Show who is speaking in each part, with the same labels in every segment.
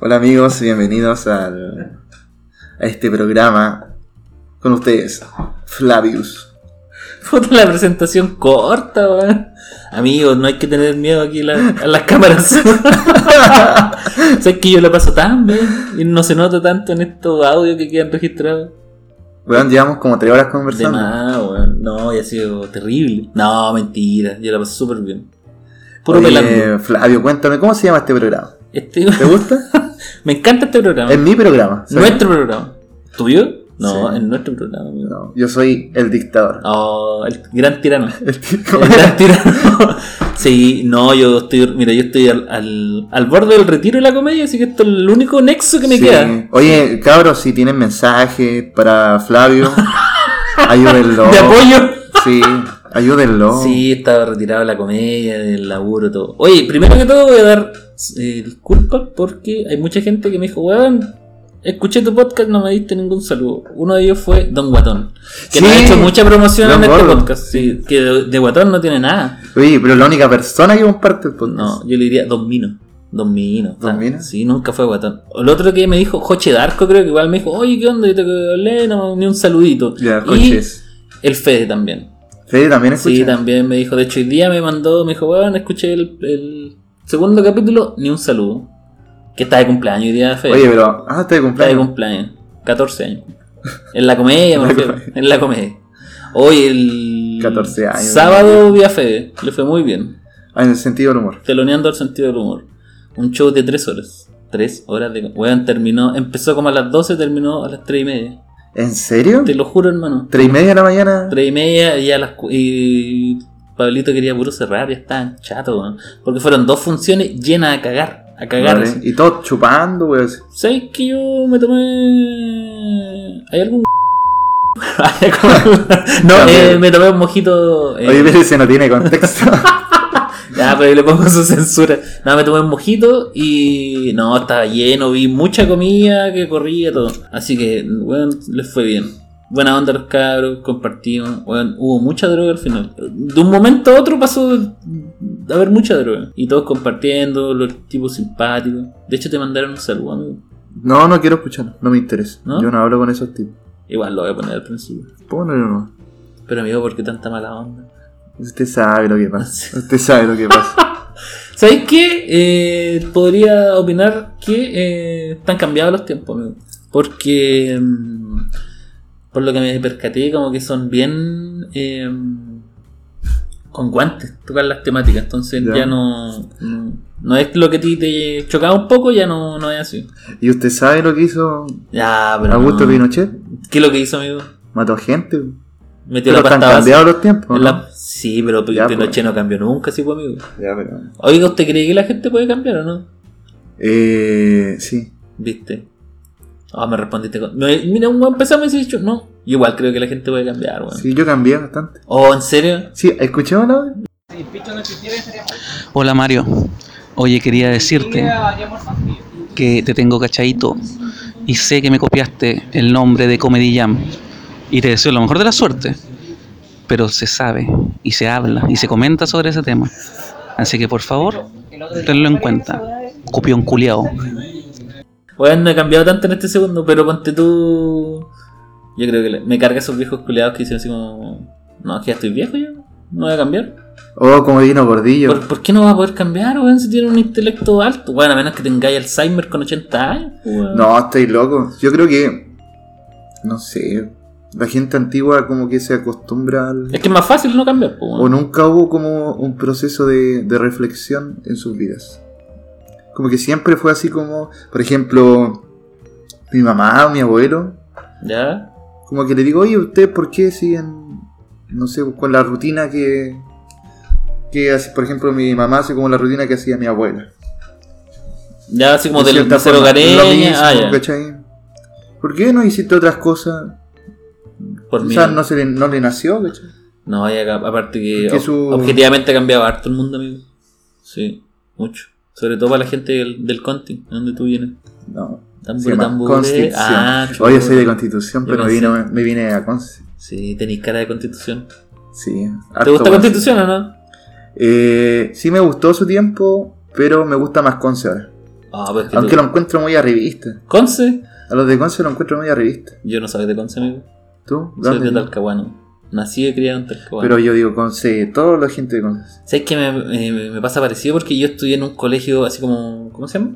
Speaker 1: Hola amigos, bienvenidos al, a este programa con ustedes, Flavius.
Speaker 2: Puta la presentación corta, weón. Amigos, no hay que tener miedo aquí la- a las cámaras. o sea, es que yo la paso tan bien y no se nota tanto en estos audios que quedan registrados.
Speaker 1: Bueno, llevamos como tres horas
Speaker 2: De
Speaker 1: conversando.
Speaker 2: más, weón. No, y ha sido terrible. No, mentira, yo la paso súper bien. Puro
Speaker 1: Oye,
Speaker 2: pelando.
Speaker 1: Flavio, cuéntame, ¿cómo se llama este programa?
Speaker 2: Este,
Speaker 1: ¿Te gusta?
Speaker 2: me encanta este programa.
Speaker 1: es mi programa. soy-
Speaker 2: nuestro programa. ¿Tuyo? No,
Speaker 1: Sí.
Speaker 2: es nuestro programa, amigo.
Speaker 1: No, yo soy el dictador.
Speaker 2: Oh, el gran tirano.
Speaker 1: El tipo-
Speaker 2: El gran tirano. sí, no, yo estoy, mira, yo estoy al, al, al borde del retiro de la comedia, así que esto es el único nexo que me
Speaker 1: Sí.
Speaker 2: queda.
Speaker 1: Oye, cabros, si tienen mensaje para Flavio, ayúdenlo.
Speaker 2: De apoyo.
Speaker 1: Sí, ayúdenlo.
Speaker 2: Sí, estaba retirado de la comedia, del laburo, todo. Oye, primero que todo voy a dar eh, disculpas porque hay mucha gente que me dijo, weón, escuché tu podcast, no me diste ningún saludo. Uno de ellos fue Don Guatón, que nos ha
Speaker 1: Sí.
Speaker 2: hecho mucha promoción
Speaker 1: Don
Speaker 2: en este
Speaker 1: Gordo.
Speaker 2: podcast. sí, que de, de Guatón no tiene nada.
Speaker 1: Oye, pero la única persona que comparte el podcast.
Speaker 2: No, yo le diría Don Mino. Don Mino.
Speaker 1: ¿Don
Speaker 2: Ah,
Speaker 1: Mino?
Speaker 2: Sí, nunca fue guatón. El otro que me dijo, Joche Darko, creo que igual me dijo, oye, ¿qué onda? Yo te hablé, no, ni un saludito.
Speaker 1: Ya,
Speaker 2: Y
Speaker 1: coches.
Speaker 2: el Fede también.
Speaker 1: Fede también escucha.
Speaker 2: Sí, también me dijo. De hecho, hoy día me mandó, me dijo, bueno, escuché el, el segundo capítulo, ni un saludo. Que está de cumpleaños hoy día, Fede.
Speaker 1: Oye, pero. Ah, estoy de
Speaker 2: está de
Speaker 1: cumpleaños.
Speaker 2: cumpleaños. 14 años. En la comedia, me
Speaker 1: La
Speaker 2: refiero,
Speaker 1: comedia.
Speaker 2: En la comedia. Hoy el
Speaker 1: 14 años.
Speaker 2: sábado vi a Fede. Le fue muy bien.
Speaker 1: Ah, en el sentido del humor.
Speaker 2: Teloneando al sentido del humor. Un show de tres horas. Tres horas de. Weón, terminó. Empezó como a las 12, terminó a las tres y media.
Speaker 1: ¿En serio?
Speaker 2: Te lo juro, hermano.
Speaker 1: ¿Tres y media de la mañana?
Speaker 2: Tres y media y a las. cu- Y Pablito quería puro cerrar, ya estaban chato, weón. Porque fueron dos funciones llenas a cagar. A cagar.
Speaker 1: Vale.
Speaker 2: así.
Speaker 1: Y todos chupando, güey. así.
Speaker 2: ¿Sabes que yo me tomé. ¿Hay algún.? Ay, como- no,
Speaker 1: También.
Speaker 2: eh, me tomé un mojito. eh,
Speaker 1: Oye, pero ese no tiene contexto.
Speaker 2: Ya, pero yo le pongo su censura. Nada, me tomé un mojito y. No, estaba lleno, vi mucha comida que corría, todo. Así que, bueno, les fue bien. Buena onda los cabros, compartimos. Bueno, hubo mucha droga al final. De un momento a otro pasó a haber mucha droga. Y todos compartiendo, los tipos simpáticos. De hecho, te mandaron un saludo, amigo.
Speaker 1: no, no quiero escuchar. No me interesa.
Speaker 2: ¿No?
Speaker 1: Yo no hablo con esos tipos.
Speaker 2: Igual lo voy a poner al principio.
Speaker 1: Pónelo no.
Speaker 2: Pero amigo, ¿por qué tanta mala onda?
Speaker 1: Usted sabe lo que pasa. Usted sabe lo que pasa.
Speaker 2: ¿Sabéis qué? Eh, podría opinar que eh, están cambiados los tiempos, amigo. Porque, mm, por lo que me percaté, como que son bien eh, con guantes, tocan las temáticas. Entonces
Speaker 1: Ya.
Speaker 2: ya, no, no, no es lo que a ti te chocaba un poco, ya no, no es así.
Speaker 1: ¿Y usted sabe lo que hizo
Speaker 2: Ya, pero.
Speaker 1: Augusto
Speaker 2: no.
Speaker 1: Pinochet?
Speaker 2: ¿Qué es lo que hizo, amigo?
Speaker 1: Mató gente. güey.
Speaker 2: Metió
Speaker 1: Pero
Speaker 2: la
Speaker 1: están
Speaker 2: pasta base
Speaker 1: cambiados los tiempos.
Speaker 2: en
Speaker 1: ¿no?
Speaker 2: la- Sí, pero
Speaker 1: Ya,
Speaker 2: Pinochet no cambió nunca, sí, pues, amigo.
Speaker 1: Ya, pero-
Speaker 2: Oiga, ¿usted cree que la gente puede cambiar o no?
Speaker 1: Eh, sí.
Speaker 2: ¿Viste? Ah, me respondiste con. no, eh, mira, un buen pesado me hubiese dicho, no. Yo igual creo que la gente puede cambiar, weón.
Speaker 1: Sí, yo cambié bastante.
Speaker 2: Oh, ¿en serio?
Speaker 1: Sí, ¿escuchamos la voz?
Speaker 3: Hola Mario, oye quería decirte que te tengo cachadito y sé que me copiaste el nombre de Comedy Jam y te deseo lo mejor de la suerte, pero se sabe y se habla y se comenta sobre ese tema, así que por favor tenlo en cuenta, copión culiao.
Speaker 2: Weón, no he cambiado tanto en este segundo, pero ponte tú. Yo creo que le- me carga esos viejos culiados que dicen así como. No, es que ya estoy viejo yo. No voy a cambiar.
Speaker 1: Oh, como Dino Gordillo.
Speaker 2: ¿Por, por qué no vas a poder cambiar, weón, si tienes un intelecto alto? Bueno, a menos que tengáis Alzheimer con 80 años, weón.
Speaker 1: No, estoy loco. Yo creo que. No sé. La gente antigua como que se acostumbra al.
Speaker 2: Es que es más fácil no cambiar, pues,
Speaker 1: O nunca hubo como un proceso de, de reflexión en sus vidas. Como que siempre fue así como, por ejemplo, mi mamá o mi abuelo,
Speaker 2: ¿Ya?
Speaker 1: como que le digo, oye, ¿ustedes por qué siguen, no sé, con la rutina que, que hace, por ejemplo, mi mamá hace como la rutina que hacía mi abuela?
Speaker 2: Ya, así como
Speaker 1: De
Speaker 2: del
Speaker 1: cierta
Speaker 2: tercero
Speaker 1: forma, lo
Speaker 2: gareña.
Speaker 1: mismo,
Speaker 2: Ah, ya.
Speaker 1: ¿cachai? ¿Por qué no hiciste otras cosas?
Speaker 2: Por mí.
Speaker 1: Quizás no, se le, no le nació, ¿cachai?
Speaker 2: No, y acá, aparte que
Speaker 1: Porque
Speaker 2: ob-
Speaker 1: su-
Speaker 2: objetivamente ha cambiado harto el mundo, amigo. Sí, mucho. Sobre todo para la gente del, del Conti, de donde tú vienes.
Speaker 1: No. Se
Speaker 2: Tambure,
Speaker 1: llama
Speaker 2: tambure.
Speaker 1: Constitución.
Speaker 2: Ah,
Speaker 1: Oye,
Speaker 2: chuta.
Speaker 1: soy de Constitución,
Speaker 2: Yo
Speaker 1: pero
Speaker 2: pensé.
Speaker 1: vino- me vine a Conce.
Speaker 2: Sí, tenéis cara de constitución.
Speaker 1: Sí.
Speaker 2: ¿Te
Speaker 1: harto
Speaker 2: gusta
Speaker 1: Conce.
Speaker 2: constitución o no?
Speaker 1: Eh, sí me gustó su tiempo, pero me gusta más Conce ahora.
Speaker 2: Ah, pues que
Speaker 1: Aunque
Speaker 2: tú-
Speaker 1: lo encuentro muy arribista.
Speaker 2: ¿Conce?
Speaker 1: A los de Conce lo encuentro muy arribista.
Speaker 2: Yo no soy de Conce, amigo.
Speaker 1: ¿Tú?
Speaker 2: Soy
Speaker 1: ¿Dónde?
Speaker 2: de Talcahuano. Nací y criado en Talcahuano.
Speaker 1: Pero yo digo Conce, toda la gente de Conce.
Speaker 2: ¿Sabes qué me, me- me pasa parecido? Porque yo estudié en un colegio así como. ¿Cómo se llama?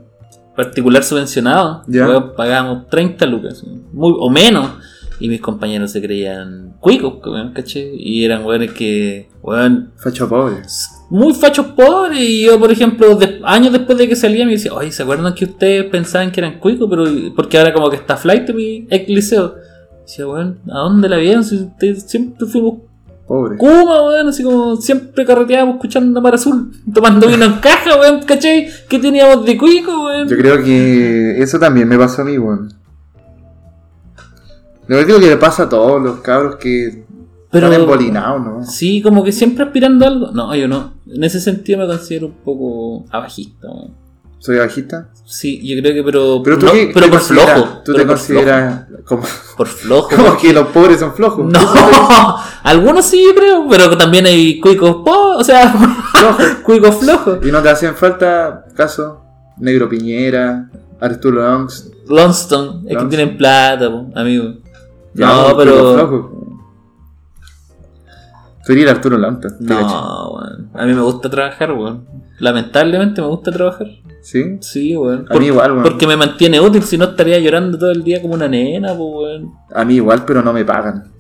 Speaker 2: Particular subvencionado.
Speaker 1: Ya.
Speaker 2: Luego pagábamos 30 lucas, muy, o menos. Y mis compañeros se creían cuicos, weón, ¿caché? Y eran weones que, weón,
Speaker 1: Facho pobre.
Speaker 2: muy fachos pobres. Y yo, por ejemplo, de- años después de que salía, me decía, oye, ¿se acuerdan que ustedes pensaban que eran cuicos? Pero, porque ahora como que está flight mi ex liceo. Decía, weón, ¿a dónde la vieron? Si ustedes siempre fuimos
Speaker 1: Pobre.
Speaker 2: Kuma, weón, así como siempre carreteábamos escuchando Mar Azul, tomando vino en caja, weón, ¿cachai? ¿Qué teníamos de cuico, weón?
Speaker 1: Yo creo que eso también me pasó a mí, weón. Yo creo que le pasa a todos los cabros que
Speaker 2: Pero
Speaker 1: están embolinados, ¿no?
Speaker 2: sí, como que siempre aspirando a algo. No, yo no. En ese sentido me considero un poco abajista, weón.
Speaker 1: ¿Soy bajista?
Speaker 2: Sí, yo creo que, pero.
Speaker 1: Pero tú,
Speaker 2: no,
Speaker 1: qué-
Speaker 2: pero
Speaker 1: te
Speaker 2: por
Speaker 1: consideras-
Speaker 2: flojo.
Speaker 1: ¿Tú
Speaker 2: pero
Speaker 1: te
Speaker 2: por
Speaker 1: consideras como,
Speaker 2: flojo, Por flojo.
Speaker 1: como que los pobres son flojos?
Speaker 2: No, algunos sí, yo creo, pero también hay cuicos po, o sea, cuicos flojos.
Speaker 1: ¿Y no te hacían falta caso? Negro Piñera, Arturo Longs.
Speaker 2: Lonston, es que
Speaker 1: Lonston.
Speaker 2: tienen plata, po, amigo.
Speaker 1: Ya,
Speaker 2: No,
Speaker 1: tú eres
Speaker 2: pero-
Speaker 1: flojo. Tú eres Arturo Longs. te cacho.
Speaker 2: No, weón. A mí me gusta trabajar, weón. Lamentablemente me gusta trabajar.
Speaker 1: ¿Sí?
Speaker 2: Sí, weón.
Speaker 1: A mí igual, weón.
Speaker 2: Porque me mantiene útil, si no estaría llorando todo el día como una nena, pues, weón.
Speaker 1: A mí igual, pero no me pagan.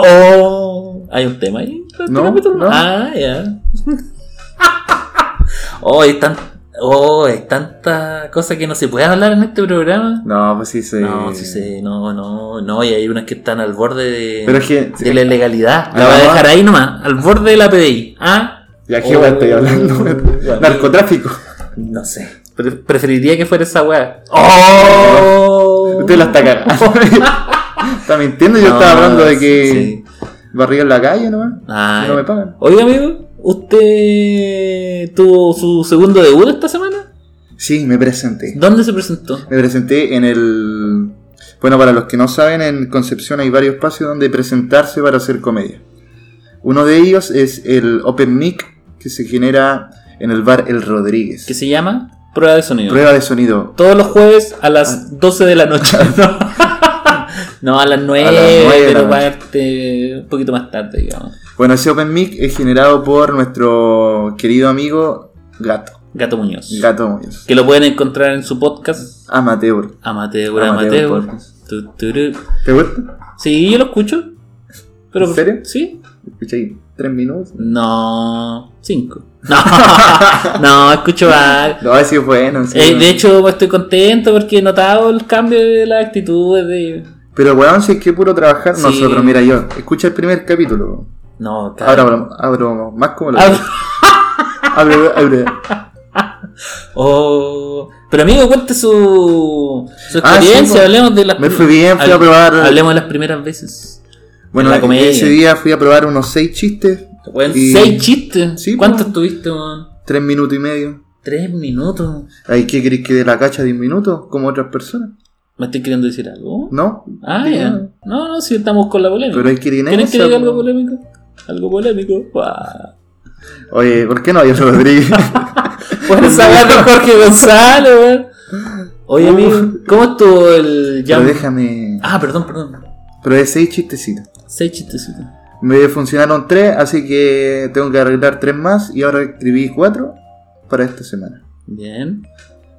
Speaker 2: oh, ¿Hay un tema ahí? ¿Este
Speaker 1: No,
Speaker 2: capítulo?
Speaker 1: no.
Speaker 2: Ah, ya. oh, hay tan... Oh, hay tanta cosa que no se puede hablar en este programa.
Speaker 1: No, pues sí se...
Speaker 2: No, sí, sí, no, no, no, y hay unas que están al borde de,
Speaker 1: Pero es que-
Speaker 2: de la ilegalidad. La
Speaker 1: Ah,
Speaker 2: voy a
Speaker 1: no.
Speaker 2: dejar ahí nomás, al borde de la PDI. Ah,
Speaker 1: Ya que weón, estoy
Speaker 2: Oh,
Speaker 1: hablando.
Speaker 2: amigo.
Speaker 1: Narcotráfico.
Speaker 2: No sé. Pre- preferiría que fuera esa weá. ¡Oh!
Speaker 1: Usted la está cagando. está mintiendo. Yo
Speaker 2: No,
Speaker 1: estaba hablando de
Speaker 2: sí,
Speaker 1: que
Speaker 2: sí.
Speaker 1: barriga en la calle nomás.
Speaker 2: Ay.
Speaker 1: No me pagan.
Speaker 2: Oiga, amigo, ¿usted tuvo su segundo debut esta semana?
Speaker 1: Sí, me presenté.
Speaker 2: ¿Dónde se presentó?
Speaker 1: Me presenté en el... Bueno, para los que no saben, en Concepción hay varios espacios donde presentarse para hacer comedia. Uno de ellos es el Open Mic que se genera en el bar El Rodríguez.
Speaker 2: Que se llama Prueba de Sonido.
Speaker 1: Prueba Ah. de sonido.
Speaker 2: Todos los jueves a las 12 de la noche. No, No, a las 9,
Speaker 1: A las nueve de la
Speaker 2: pero
Speaker 1: noche.
Speaker 2: parte un poquito más tarde, digamos.
Speaker 1: Bueno, ese Open Mic es generado por nuestro querido amigo Gato.
Speaker 2: Gato Muñoz.
Speaker 1: Gato Muñoz.
Speaker 2: Que lo pueden encontrar en su podcast.
Speaker 1: Amateur.
Speaker 2: Amateur,
Speaker 1: Amateur
Speaker 2: amateur.
Speaker 1: Podcast.
Speaker 2: Tu, turu.
Speaker 1: ¿Te gusta?
Speaker 2: Sí, yo lo escucho. Pero,
Speaker 1: ¿En serio?
Speaker 2: Sí.
Speaker 1: Escuché ahí tres minutos.
Speaker 2: No. Cinco. No, no escucho mal.
Speaker 1: No, ha sido bueno. en serio.
Speaker 2: Eh, de hecho, pues, estoy contento porque he notado el cambio de las actitudes de...
Speaker 1: Pero weón, si es que puro trabajar
Speaker 2: Sí.
Speaker 1: nosotros, mira yo, escucha el primer capítulo.
Speaker 2: No, cara.
Speaker 1: Ahora abro, abro más como lo
Speaker 2: Ah,
Speaker 1: abro, abro.
Speaker 2: oh, pero amigo, cuente su, su
Speaker 1: Ah, sí,
Speaker 2: experiencia,
Speaker 1: pues.
Speaker 2: hablemos de las...
Speaker 1: Me fue bien, fui
Speaker 2: hab-
Speaker 1: a probar-
Speaker 2: Hablemos de las primeras veces.
Speaker 1: Bueno, eh,
Speaker 2: la comedia.
Speaker 1: ese día fui a probar unos seis chistes.
Speaker 2: Weón,
Speaker 1: y
Speaker 2: seis chistes.
Speaker 1: Sí,
Speaker 2: ¿Cuántos
Speaker 1: pues.
Speaker 2: tuviste, weón?
Speaker 1: Tres minutos y medio.
Speaker 2: Tres minutos.
Speaker 1: ¿Ahí qué queréis que de la cacha diez minutos? Como otras personas.
Speaker 2: ¿Me estoy queriendo decir algo?
Speaker 1: ¿No?
Speaker 2: Ah,
Speaker 1: Digo,
Speaker 2: ya. No, no, si estamos con la polémica.
Speaker 1: Pero hay que ir en
Speaker 2: ¿Quieren que
Speaker 1: esa,
Speaker 2: diga algo
Speaker 1: po.
Speaker 2: polémico? Algo polémico. Guau.
Speaker 1: Oye, ¿por qué no hay otro Rodríguez?
Speaker 2: Bueno, saber de Jorge González, weón. Oye,
Speaker 1: Uf.
Speaker 2: amigo, ¿cómo estuvo el
Speaker 1: Pero
Speaker 2: jam?
Speaker 1: déjame.
Speaker 2: Ah, perdón, perdón.
Speaker 1: Pero de seis chistecitos.
Speaker 2: Seis chistecitos.
Speaker 1: Me funcionaron tres, así que tengo que arreglar tres más y ahora escribí cuatro para esta semana.
Speaker 2: Bien.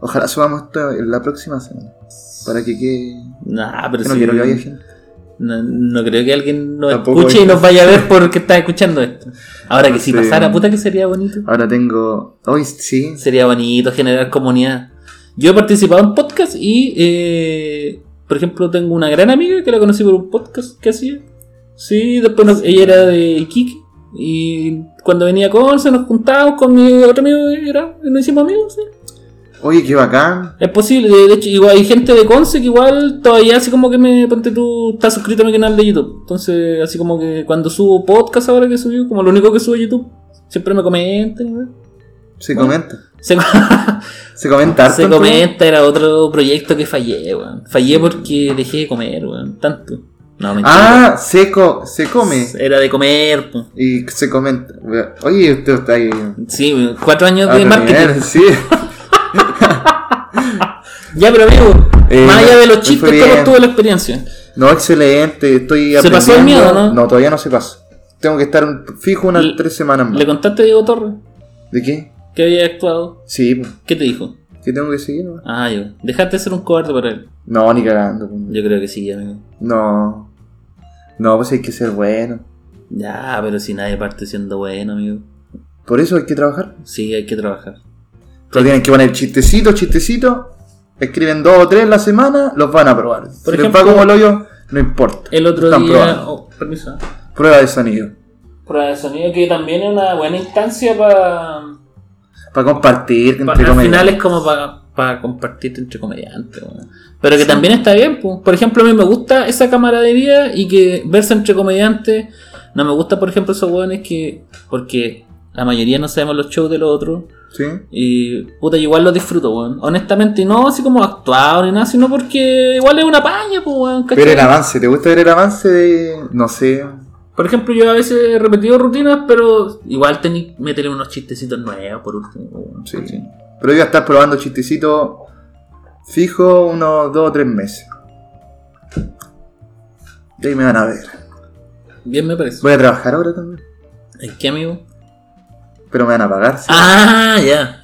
Speaker 1: Ojalá subamos esto en la próxima semana. Para que quede.
Speaker 2: Nah, pero
Speaker 1: que no
Speaker 2: sí.
Speaker 1: quiero que haya gente.
Speaker 2: No, no creo que alguien nos
Speaker 1: Tampoco
Speaker 2: escuche
Speaker 1: hay-
Speaker 2: y nos vaya a ver porque está escuchando esto. Ahora que si
Speaker 1: Sí.
Speaker 2: pasara, puta que sería bonito.
Speaker 1: Ahora tengo. Hoy sí.
Speaker 2: Sería bonito generar comunidad. Yo he participado en podcast y, eh, por ejemplo, tengo una gran amiga que la conocí por un podcast que hacía. Sí, después nos- ella era de Iquique. Y cuando venía con se nos juntábamos con mi otro amigo y era- y nos hicimos amigos. sí.
Speaker 1: Oye, qué bacán.
Speaker 2: Es posible, de hecho, igual hay gente de Conce que igual todavía así como que me ponte tú, estás suscrito a mi canal de YouTube. Entonces, así como que cuando subo podcast ahora que subió, como lo único que subo a YouTube, siempre me comentan. ¿no?
Speaker 1: Se
Speaker 2: Bueno.
Speaker 1: comenta.
Speaker 2: Se-
Speaker 1: Se comenta. harto
Speaker 2: Se
Speaker 1: en tu-
Speaker 2: comenta, era otro proyecto que fallé, weón. Fallé porque dejé de comer, weón. Tanto. No, mentira.
Speaker 1: Ah, se, co- se come.
Speaker 2: Era de comer, po.
Speaker 1: Y se comenta. Oye, usted está ahí. Ah,
Speaker 2: Sí, weón. cuatro años
Speaker 1: a
Speaker 2: de
Speaker 1: otro
Speaker 2: marketing.
Speaker 1: nivel, sí.
Speaker 2: Ya, pero amigo,
Speaker 1: Eh,
Speaker 2: más allá de los
Speaker 1: me
Speaker 2: chistes,
Speaker 1: fue
Speaker 2: ¿cómo
Speaker 1: bien.
Speaker 2: estuvo la experiencia?
Speaker 1: No, excelente, estoy
Speaker 2: ¿Se
Speaker 1: aprendiendo.
Speaker 2: pasó el miedo, no?
Speaker 1: todavía no se pasa. Tengo que estar un- fijo unas
Speaker 2: Le-
Speaker 1: tres semanas más.
Speaker 2: ¿Le contaste a Diego Torres
Speaker 1: ¿De qué?
Speaker 2: que había actuado?
Speaker 1: Sí, pues,
Speaker 2: ¿Qué te dijo?
Speaker 1: ¿qué tengo que seguir? no?
Speaker 2: Ah, yo. Dejaste de ser un cobarde para él.
Speaker 1: No, ni cagando. pues.
Speaker 2: Yo creo que sí, amigo.
Speaker 1: No. No, pues hay que ser bueno.
Speaker 2: Ya, pero si nadie parte siendo bueno, amigo.
Speaker 1: Por eso hay que trabajar.
Speaker 2: Sí, hay que trabajar.
Speaker 1: Pero tienen que poner chistecito, chistecito. Escriben dos o tres en la semana, los van a probar. Si les
Speaker 2: ejemplo,
Speaker 1: va como el hoyo, no importa.
Speaker 2: El otro
Speaker 1: Están
Speaker 2: día.
Speaker 1: probando.
Speaker 2: Oh, permiso.
Speaker 1: Prueba de sonido.
Speaker 2: Prueba de sonido que también es una buena instancia para.
Speaker 1: Para compartir
Speaker 2: Pa-
Speaker 1: entre
Speaker 2: al
Speaker 1: comillas.
Speaker 2: final es como para compartirte entre comediantes, weón. pero que también está bien. po. Por ejemplo, a mí me gusta esa camaradería y que verse entre comediantes. No me gusta, por ejemplo, esos weones que. Porque la mayoría no sabemos los shows de los otros.
Speaker 1: ¿Sí?
Speaker 2: Y puta, yo igual los disfruto, weón. Honestamente, y no así como actuado ni nada, sino porque igual es una paña, pues, weón. ¿cachai?
Speaker 1: Ver el avance, ¿te gusta ver el avance de.? No sé.
Speaker 2: Por ejemplo, yo a veces he repetido rutinas, pero igual tení meterle unos chistecitos nuevos por último, weón.
Speaker 1: Sí.
Speaker 2: ¿cachai?
Speaker 1: Pero yo voy a estar probando chistecito fijo unos dos o tres meses. Y ahí me van a ver.
Speaker 2: Bien me parece.
Speaker 1: Voy a trabajar ahora también.
Speaker 2: ¿En qué, amigo?
Speaker 1: Pero me van a pagar sí.
Speaker 2: Ah, ya.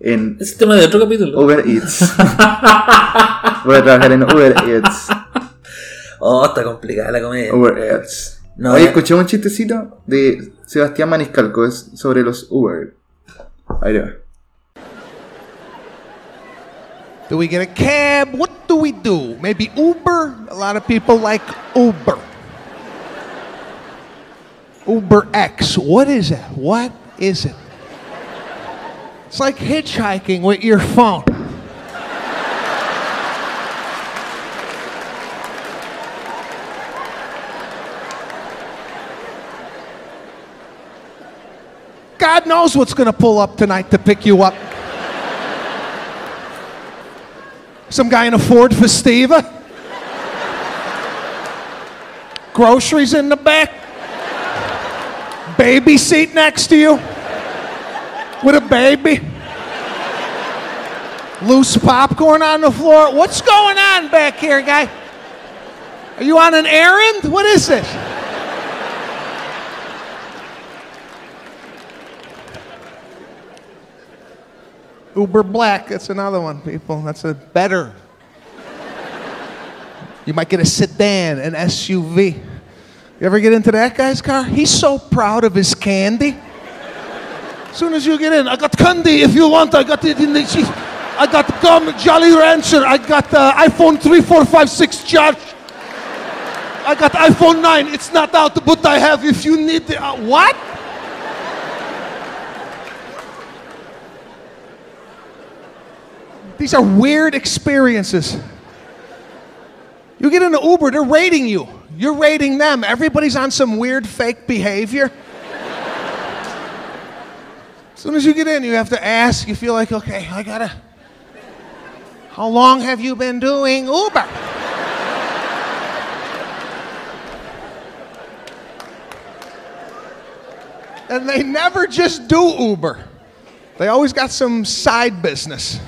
Speaker 1: en
Speaker 2: Es tema de otro capítulo.
Speaker 1: Uber Eats. Voy a trabajar en Uber Eats.
Speaker 2: Oh, está complicada la comedia.
Speaker 1: Uber Eats.
Speaker 2: No,
Speaker 1: Hoy
Speaker 2: ya-
Speaker 1: escuché un chistecito de Sebastián Maniscalco es sobre los Uber. Ahí va.
Speaker 4: Do we get a cab? What do we do? Maybe Uber? A lot of people like Uber. Uber X. What is it? What is it? It's like hitchhiking with your phone. God knows what's going to pull up tonight to pick you up. Some guy in a Ford Festiva. Groceries in the back. Baby seat next to you. With a baby. Loose popcorn on the floor. What's going on back here, guy? Are you on an errand? What is this? Uber Black, that's another one, people. That's a better. You might get a sedan, an SUV. You ever get into that guy's car? He's so proud of his candy. As soon as you get in, I got candy if you want. I got it in the. she- I got gum, Jolly Rancher. I got uh, iPhone 3456 charge. I got iPhone 9. It's not out, but I have if you need it. Uh, what? These are weird experiences. You get into Uber, they're rating you. You're rating them. Everybody's on some weird fake behavior. As soon as you get in, you have to ask. You feel like, okay, I gotta. How long have you been doing Uber? And they never just do Uber, they always got some side business.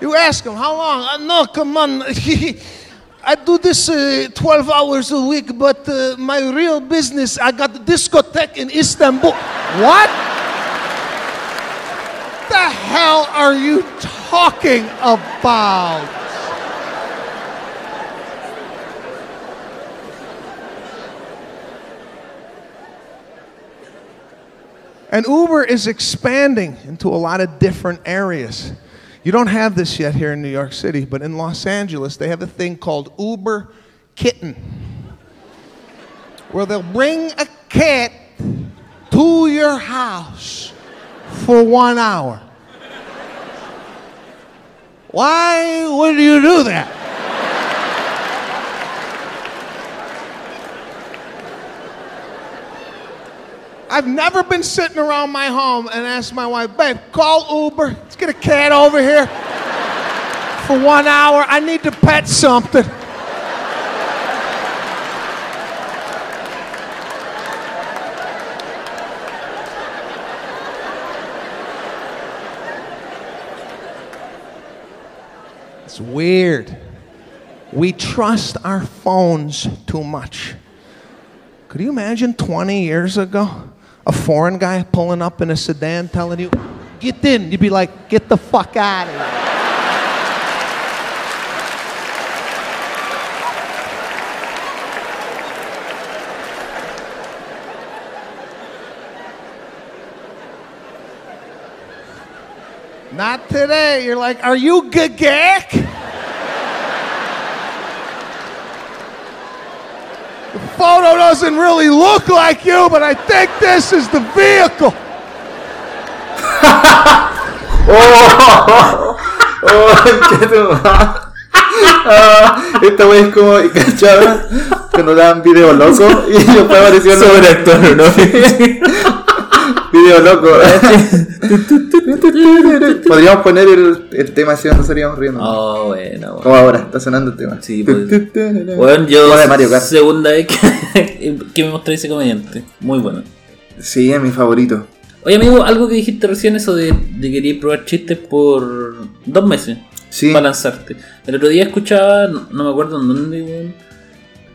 Speaker 4: You ask him, how long? Uh, no, come on. I do this uh, 12 hours a week, but uh, my real business, I got the discotheque in Istanbul. what? The hell are you talking about? And Uber is expanding into a lot of different areas. You don't have this yet here in New York City, but in Los Angeles, they have a thing called Uber Kitten, where they'll bring a cat to your house for one hour. Why would you do that? I've never been sitting around my home and asked my wife, babe, call Uber. Let's get a cat over here for one hour. I need to pet something. It's weird. We trust our phones too much. Could you imagine 20 years ago a foreign guy pulling up in a sedan telling you, get in? You'd be like, get the fuck out of here. Not today. You're like, are you gagak? the photo doesn't really look like you, but I think this is the vehicle.
Speaker 1: ¡Oh, qué tu ma- Ah, Esta wea es como, ¿cachai? Cuando daban video loco y después apareció el
Speaker 2: Sobreactuaron, ¿no?
Speaker 1: video loco. Podríamos poner el, el tema así donde estaríamos riendo.
Speaker 2: Oh, bueno, bueno.
Speaker 1: Como ahora, está sonando el tema.
Speaker 2: Sí, pues.
Speaker 1: Bueno,
Speaker 2: Bueno, yo.
Speaker 1: de Mario Kart.
Speaker 2: Segunda vez que, que me mostré ese comediante. Muy bueno.
Speaker 1: Sí, es mi favorito.
Speaker 2: Oye, amigo, algo que dijiste recién, eso de, de querer probar chistes por dos meses.
Speaker 1: Sí.
Speaker 2: Para lanzarte. El otro día escuchaba, no, no me acuerdo en dónde, weón.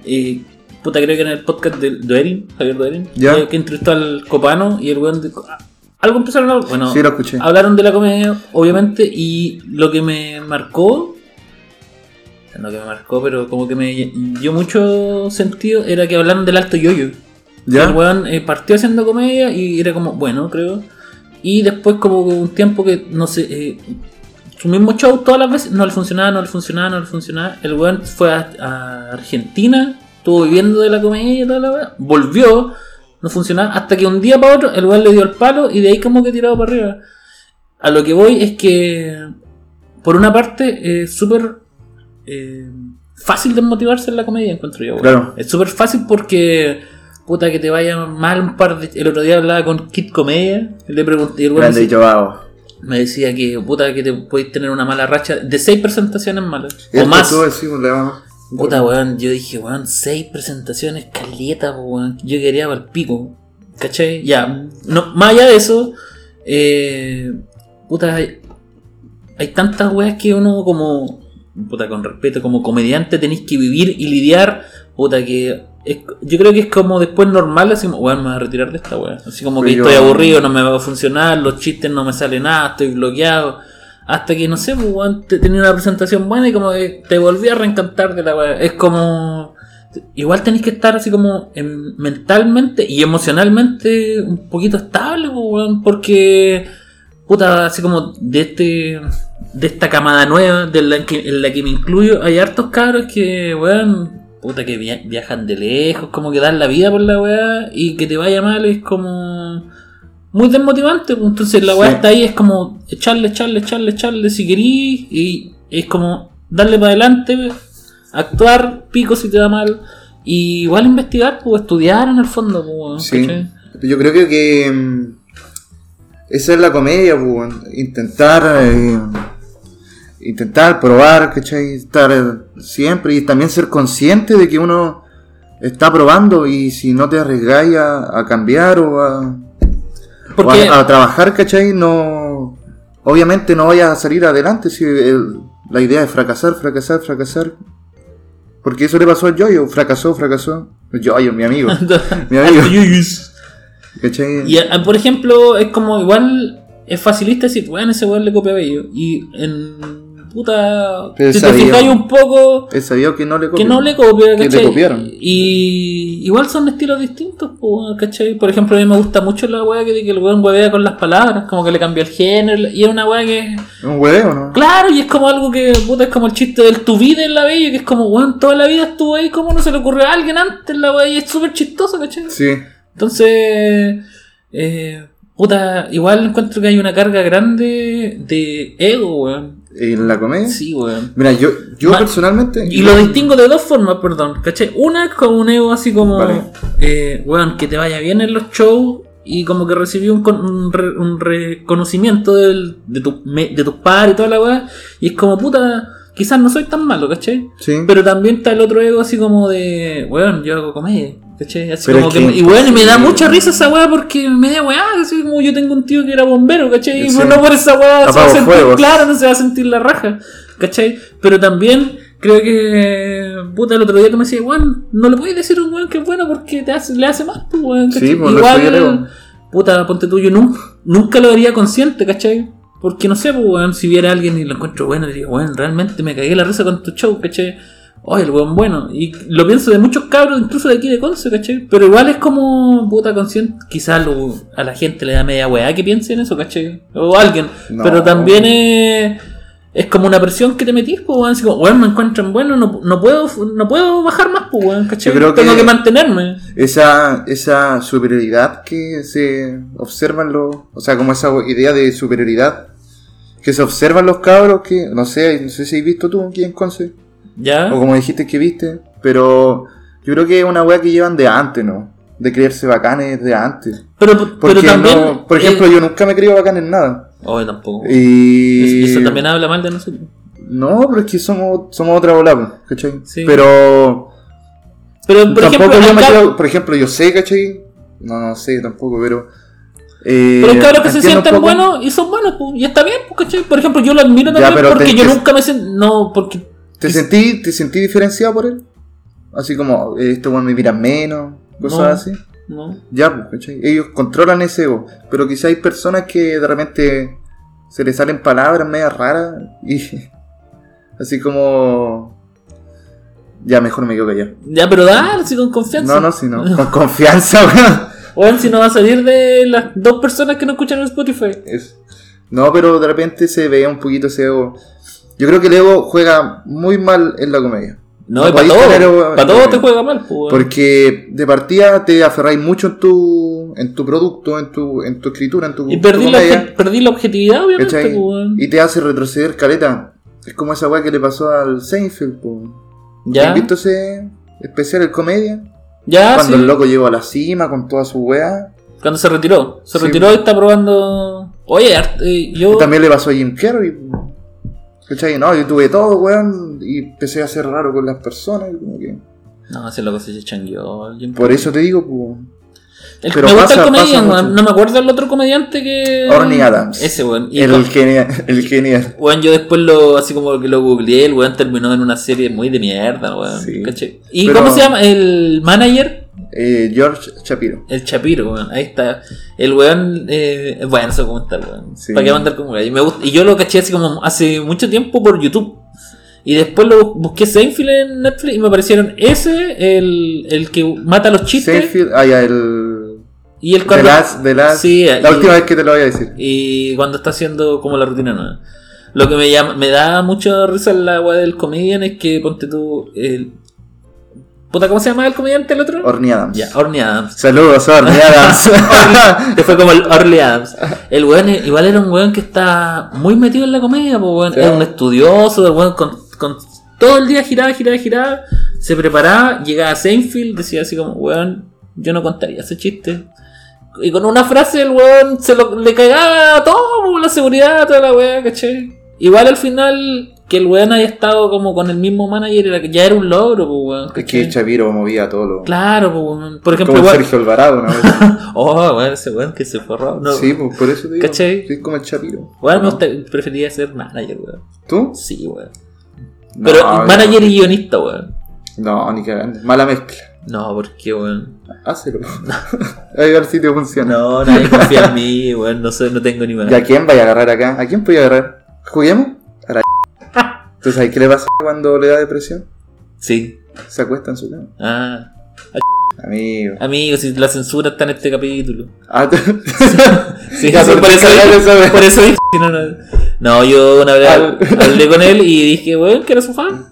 Speaker 2: eh, puta, creo que en el podcast de Doerin, Javier Doerin.
Speaker 1: Ya.
Speaker 2: Que, que entrevistó al Copano y el weón. dijo, "Ah, Algo empezaron a hablar. Bueno,
Speaker 1: Sí, lo escuché.
Speaker 2: hablaron de la comedia, obviamente, y lo que me marcó. No que me marcó, pero como que me dio mucho sentido era que hablaron del alto yoyo.
Speaker 1: ¿Ya?
Speaker 2: El weón eh, partió haciendo comedia y era como, bueno, creo. Y después como que un tiempo que, no sé, eh, su mismo show todas las veces no le funcionaba, no le funcionaba, no le funcionaba. El weón fue a, a Argentina, estuvo viviendo de la comedia y toda la weá, volvió, no funcionaba, hasta que un día para otro el weón le dio el palo y de ahí como que tirado para arriba. A lo que voy es que, por una parte, es súper eh, fácil desmotivarse en la comedia, encuentro yo. weón.
Speaker 1: Claro.
Speaker 2: Es súper fácil porque, puta, que te vaya mal un par de... El otro día hablaba con Kid Comedia, le pregunté, y el weón
Speaker 1: Grande
Speaker 2: decía-
Speaker 1: y chavado.
Speaker 2: me decía que puta que te podéis tener una mala racha de seis presentaciones malas. O
Speaker 1: Esto
Speaker 2: más.
Speaker 1: todo es un drama.
Speaker 2: Puta weón, yo dije, weón, seis presentaciones, caleta, po, weón. Yo quería para el pico. ¿Cachai? Ya. No, más allá de eso, eh, puta, hay, hay tantas weas que uno como. Puta, con respeto, como comediante tenéis que vivir y lidiar. Puta que. es- yo creo que es como después normal, así como, weón, me voy a retirar de esta wea. Así como que
Speaker 1: Pero-
Speaker 2: estoy aburrido, no me va a funcionar, los chistes no me salen nada, estoy bloqueado. Hasta que, no sé, pues, weón, te- tenía una presentación buena y como que te volví a reencantar de la wea. Es como. Igual tenéis que estar así como em, mentalmente y emocionalmente un poquito estable, pues, weón, porque puta, así como de este de esta camada nueva de la que, en la que me incluyo, hay hartos cabros que, weón, puta, que via- viajan de lejos, como que dan la vida por la weá y que te vaya mal es como muy desmotivante. pues, Entonces la weá
Speaker 1: Sí.
Speaker 2: está ahí, es como echarle, echarle, echarle, echarle si querís y es como darle para adelante, actuar, pico si te da mal. Y igual investigar, pues estudiar en el fondo, pues, weón,
Speaker 1: Sí.
Speaker 2: ¿cachai?
Speaker 1: Yo creo que, que, mm, esa es la comedia, pues, weón. intentar eh, intentar probar, ¿cachai? Estar eh, siempre y también ser consciente de que uno está probando y si no te arriesgáis a, a cambiar o a, o
Speaker 2: Porque
Speaker 1: a, a trabajar, ¿cachai? No, obviamente no vayas a salir adelante si el- la idea es fracasar, fracasar, fracasar. Porque eso le pasó al Yoyo, fracasó, fracasó. Yoyo, mi amigo. mi amigo. ¿Cachai?
Speaker 2: Y a- por ejemplo, es como igual es facilista decir, bueno, ese weón le copia a Bello. Y en puta,
Speaker 1: Pero
Speaker 2: si te
Speaker 1: sabía.
Speaker 2: fijáis un poco,
Speaker 1: Él sabía que no le
Speaker 2: que
Speaker 1: copió.
Speaker 2: no le copia,
Speaker 1: Que le
Speaker 2: ¿cachai?
Speaker 1: copiaron.
Speaker 2: Y igual son estilos distintos, po, weón, ¿cachai? Por ejemplo, a mí me gusta mucho la weá que, que el weón huevea con las palabras, como que le cambia el género, y es una weá que
Speaker 1: Un hueveo, ¿no?
Speaker 2: Claro, y es como algo que, puta, es como el chiste del tu vida en la bella, que es como, weón, toda la vida estuvo ahí, ¿cómo no se le ocurrió a alguien antes la weá? Y es súper chistoso, ¿cachai?
Speaker 1: Sí.
Speaker 2: Entonces, eh, puta, igual encuentro que hay una carga grande de ego, weón.
Speaker 1: ¿En la comedia?
Speaker 2: Sí, weón.
Speaker 1: Mira, yo, yo
Speaker 2: Ma-
Speaker 1: personalmente.
Speaker 2: Y lo distingo de dos formas, perdón, ¿cachai? Una es como un ego así como,
Speaker 1: Vale.
Speaker 2: eh, weón, que te vaya bien en los shows y como que recibí un, con- un re- un reconocimiento del- de, tu, me- de tus padres y toda la weá. Y es como, puta, quizás no soy tan malo, ¿cachai?
Speaker 1: Sí.
Speaker 2: Pero también está el otro ego así como de, weón, yo hago comedia. ¿Cachai? Así
Speaker 1: Pero
Speaker 2: como
Speaker 1: es
Speaker 2: que,
Speaker 1: que-
Speaker 2: y weón, y me da mucha risa esa weá porque me da weá, así como yo tengo un tío que era bombero, ¿cachai? Y
Speaker 1: Sí.
Speaker 2: no por esa weá se va a
Speaker 1: Apago
Speaker 2: sentir,
Speaker 1: fuegos.
Speaker 2: claro, no se va a sentir la raja. ¿Cachai? Pero también creo que. Puta, el otro día tú me decías, weón, no le puedes decir a un weón que es bueno porque te hace, le hace más, pues, weón. ¿cachai?
Speaker 1: Sí, pues, lo que yo creo.
Speaker 2: Igual, puta, ponte tuyo, nunca, nunca lo haría consciente, ¿cachai? Porque no sé, pues, weón, si viera a alguien y lo encuentro bueno, diría, weón, realmente me cagué la risa con tu show, ¿cachai? Ay, el weón bueno. Y lo pienso de muchos cabros, incluso de aquí de Conce, ¿cachai? Pero igual es como puta consciente. Quizás lo- a la gente le da media weá que piense en eso, ¿cachai? O alguien.
Speaker 1: No.
Speaker 2: Pero también es, es como una presión que te metís, pues, weón. Así como, weón, me encuentran bueno, no, no, puedo, no puedo bajar más, pues, weón, ¿cachai?
Speaker 1: Yo creo
Speaker 2: Tengo
Speaker 1: que-
Speaker 2: que, mantenerme.
Speaker 1: Esa, esa superioridad que se observan los. O sea, como esa idea de superioridad que se observan los cabros que. No sé, no sé si has visto tú aquí en Conce.
Speaker 2: ¿Ya?
Speaker 1: O como dijiste que viste. Pero yo creo que es una weá que llevan de antes, ¿no? De creerse bacanes de antes.
Speaker 2: Pero,
Speaker 1: Porque
Speaker 2: pero también. eh,
Speaker 1: no- por ejemplo, yo nunca me creo bacán en nada.
Speaker 2: Hoy tampoco.
Speaker 1: Y.
Speaker 2: Eso también habla mal de nosotros.
Speaker 1: No, pero es que somos, somos otra bola, pues, ¿cachai?
Speaker 2: Sí.
Speaker 1: Pero.
Speaker 2: Pero, por
Speaker 1: tampoco
Speaker 2: ejemplo,
Speaker 1: yo me
Speaker 2: acá-
Speaker 1: creo- por ejemplo, yo sé, ¿cachai? No, no sé tampoco, pero. eh,
Speaker 2: Pero cabros que se
Speaker 1: entiendo un
Speaker 2: sientan
Speaker 1: poco-
Speaker 2: buenos y son buenos, pues, y está bien, pues, ¿cachai? Por ejemplo, yo lo admiro
Speaker 1: Ya,
Speaker 2: también
Speaker 1: pero
Speaker 2: porque
Speaker 1: te-
Speaker 2: yo
Speaker 1: te-
Speaker 2: nunca me siento. No, porque.
Speaker 1: ¿Te sentí, ¿Te sentí diferenciado por él? Así como, eh, este weón me mira menos, cosas
Speaker 2: No.
Speaker 1: así.
Speaker 2: No.
Speaker 1: Ya, pues, ¿cachai? Ellos controlan ese ego, pero quizá hay personas que de repente se les salen palabras medias raras y. Así como. Ya, mejor me quedo callado.
Speaker 2: Ya, pero da, así con confianza.
Speaker 1: No, no, si no. Con confianza, weón.
Speaker 2: Bueno, si no va a salir de las dos personas que no escuchan en Spotify.
Speaker 1: Es- No, pero de repente se veía un poquito ese ego. Yo creo que el ego juega muy mal en la comedia.
Speaker 2: No,
Speaker 1: No
Speaker 2: y para
Speaker 1: podéis tener,
Speaker 2: todo.
Speaker 1: weón,
Speaker 2: Para todo
Speaker 1: también.
Speaker 2: te juega mal, pues. weón.
Speaker 1: Porque de partida te aferráis mucho en tu, en tu producto, en tu, en tu escritura, en tu,
Speaker 2: Y
Speaker 1: tu
Speaker 2: perdí la,
Speaker 1: comedia,
Speaker 2: obje- perdí la objetividad, obviamente,
Speaker 1: ¿cachai?
Speaker 2: pues, weón.
Speaker 1: Y te hace retroceder caleta. Es como esa weá que le pasó al Seinfeld. po.
Speaker 2: Ya.
Speaker 1: ¿Has visto ese especial, el comedia?
Speaker 2: Ya,
Speaker 1: Cuando
Speaker 2: sí.
Speaker 1: el loco llegó a la cima con toda su weá.
Speaker 2: Cuando se retiró. Se
Speaker 1: Sí,
Speaker 2: retiró y
Speaker 1: weón.
Speaker 2: está probando. Oye, art- eh, yo.
Speaker 1: También le pasó a Jim Carrey. po. ¿Cachai? No, yo tuve todo, weón. Y empecé a ser raro con las personas. y como que-
Speaker 2: No, ese loco se changueó. alguien-
Speaker 1: Por eso te digo, pues.
Speaker 2: El-
Speaker 1: Pero
Speaker 2: me gusta
Speaker 1: pasa-
Speaker 2: el comedian,
Speaker 1: pasa
Speaker 2: weón.
Speaker 1: mucho.
Speaker 2: no me acuerdo el otro comediante que.
Speaker 1: Orny Adams.
Speaker 2: Ese weón. Y
Speaker 1: El
Speaker 2: con-
Speaker 1: genial. El genial.
Speaker 2: Weón, yo después lo, así como que lo googleé, el weón terminó en una serie muy de mierda, weón.
Speaker 1: Sí.
Speaker 2: ¿cachai? ¿Y
Speaker 1: Pero-
Speaker 2: cómo se llama? El manager,
Speaker 1: Eh, George Shapiro.
Speaker 2: el Chapiro, weón. Ahí está. El weón, eh, bueno, eso cómo está, weón.
Speaker 1: Sí.
Speaker 2: ¿Para qué mandar como gallo? Me gusta- Y yo lo caché así como hace mucho tiempo por YouTube. Y después lo busqué Seinfeld en Netflix y me aparecieron ese, el, el que mata los chistes.
Speaker 1: Seinfeld. Ah, ya, el.
Speaker 2: Y el
Speaker 1: De
Speaker 2: cuando-
Speaker 1: las. De las
Speaker 2: Sí,
Speaker 1: la
Speaker 2: y-
Speaker 1: última vez que te lo voy a decir.
Speaker 2: Y cuando está haciendo como la rutina nueva. Lo que me llama, me da mucha risa la weá del comedian es que ponte tú el. Puta, ¿cómo se llama el comediante el otro?
Speaker 1: Orny Adams.
Speaker 2: ya, Orny Adams.
Speaker 1: Saludos, Orny Adams.
Speaker 2: Que fue como el Orly Adams. El weón es- igual era un weón que está muy metido en la comedia, pues weón.
Speaker 1: Sí.
Speaker 2: Era un estudioso, el weón con, con- todo el día giraba, giraba, giraba. Se preparaba, llegaba a Seinfeld, decía así como, weón, yo no contaría ese chiste. Y con una frase el weón se lo, le cagaba a todo, po, la seguridad, toda la weá, caché. Igual al final que el weón haya estado como con el mismo manager era, ya era un logro, pues weón.
Speaker 1: es que
Speaker 2: ¿cachai?
Speaker 1: Shapiro movía todo lo.
Speaker 2: Claro, po, weón. por ejemplo,
Speaker 1: como
Speaker 2: igual-
Speaker 1: Sergio Alvarado, una vez.
Speaker 2: Oh, weón, ese weón que se forró. No,
Speaker 1: Sí, pues por eso te digo.
Speaker 2: ¿Cachai?
Speaker 1: Sí, como el Shapiro.
Speaker 2: Weón, me
Speaker 1: ¿No?
Speaker 2: gusta- preferiría ser manager, weón.
Speaker 1: ¿Tú?
Speaker 2: Sí, weón.
Speaker 1: No,
Speaker 2: Pero
Speaker 1: no.
Speaker 2: manager y guionista, weón.
Speaker 1: No, ni cagando. Mala mezcla.
Speaker 2: No, porque, weón.
Speaker 1: Hácelo. Ahí va el sitio funciona.
Speaker 2: No, nadie confía en mí, weón. No, soy, no tengo ni
Speaker 1: ¿Y a
Speaker 2: manager.
Speaker 1: quién vaya a agarrar acá? ¿A quién voy a agarrar? ¿Juguemos? A la ¿Tú sabes qué le pasa cuando le da depresión?
Speaker 2: Sí.
Speaker 1: Se acuesta en su cama.
Speaker 2: Ah.
Speaker 1: Amigo.
Speaker 2: Amigos, si la censura está en este capítulo.
Speaker 1: Ah, tú-
Speaker 2: Sí,
Speaker 1: Ya,
Speaker 2: sí,
Speaker 1: pero
Speaker 2: por,
Speaker 1: te
Speaker 2: eso
Speaker 1: cagaron esa
Speaker 2: dije,
Speaker 1: vez.
Speaker 2: por eso dije, si no, no. No, yo una vez
Speaker 1: Al-
Speaker 2: hablé con él y dije, weón, que era su fan.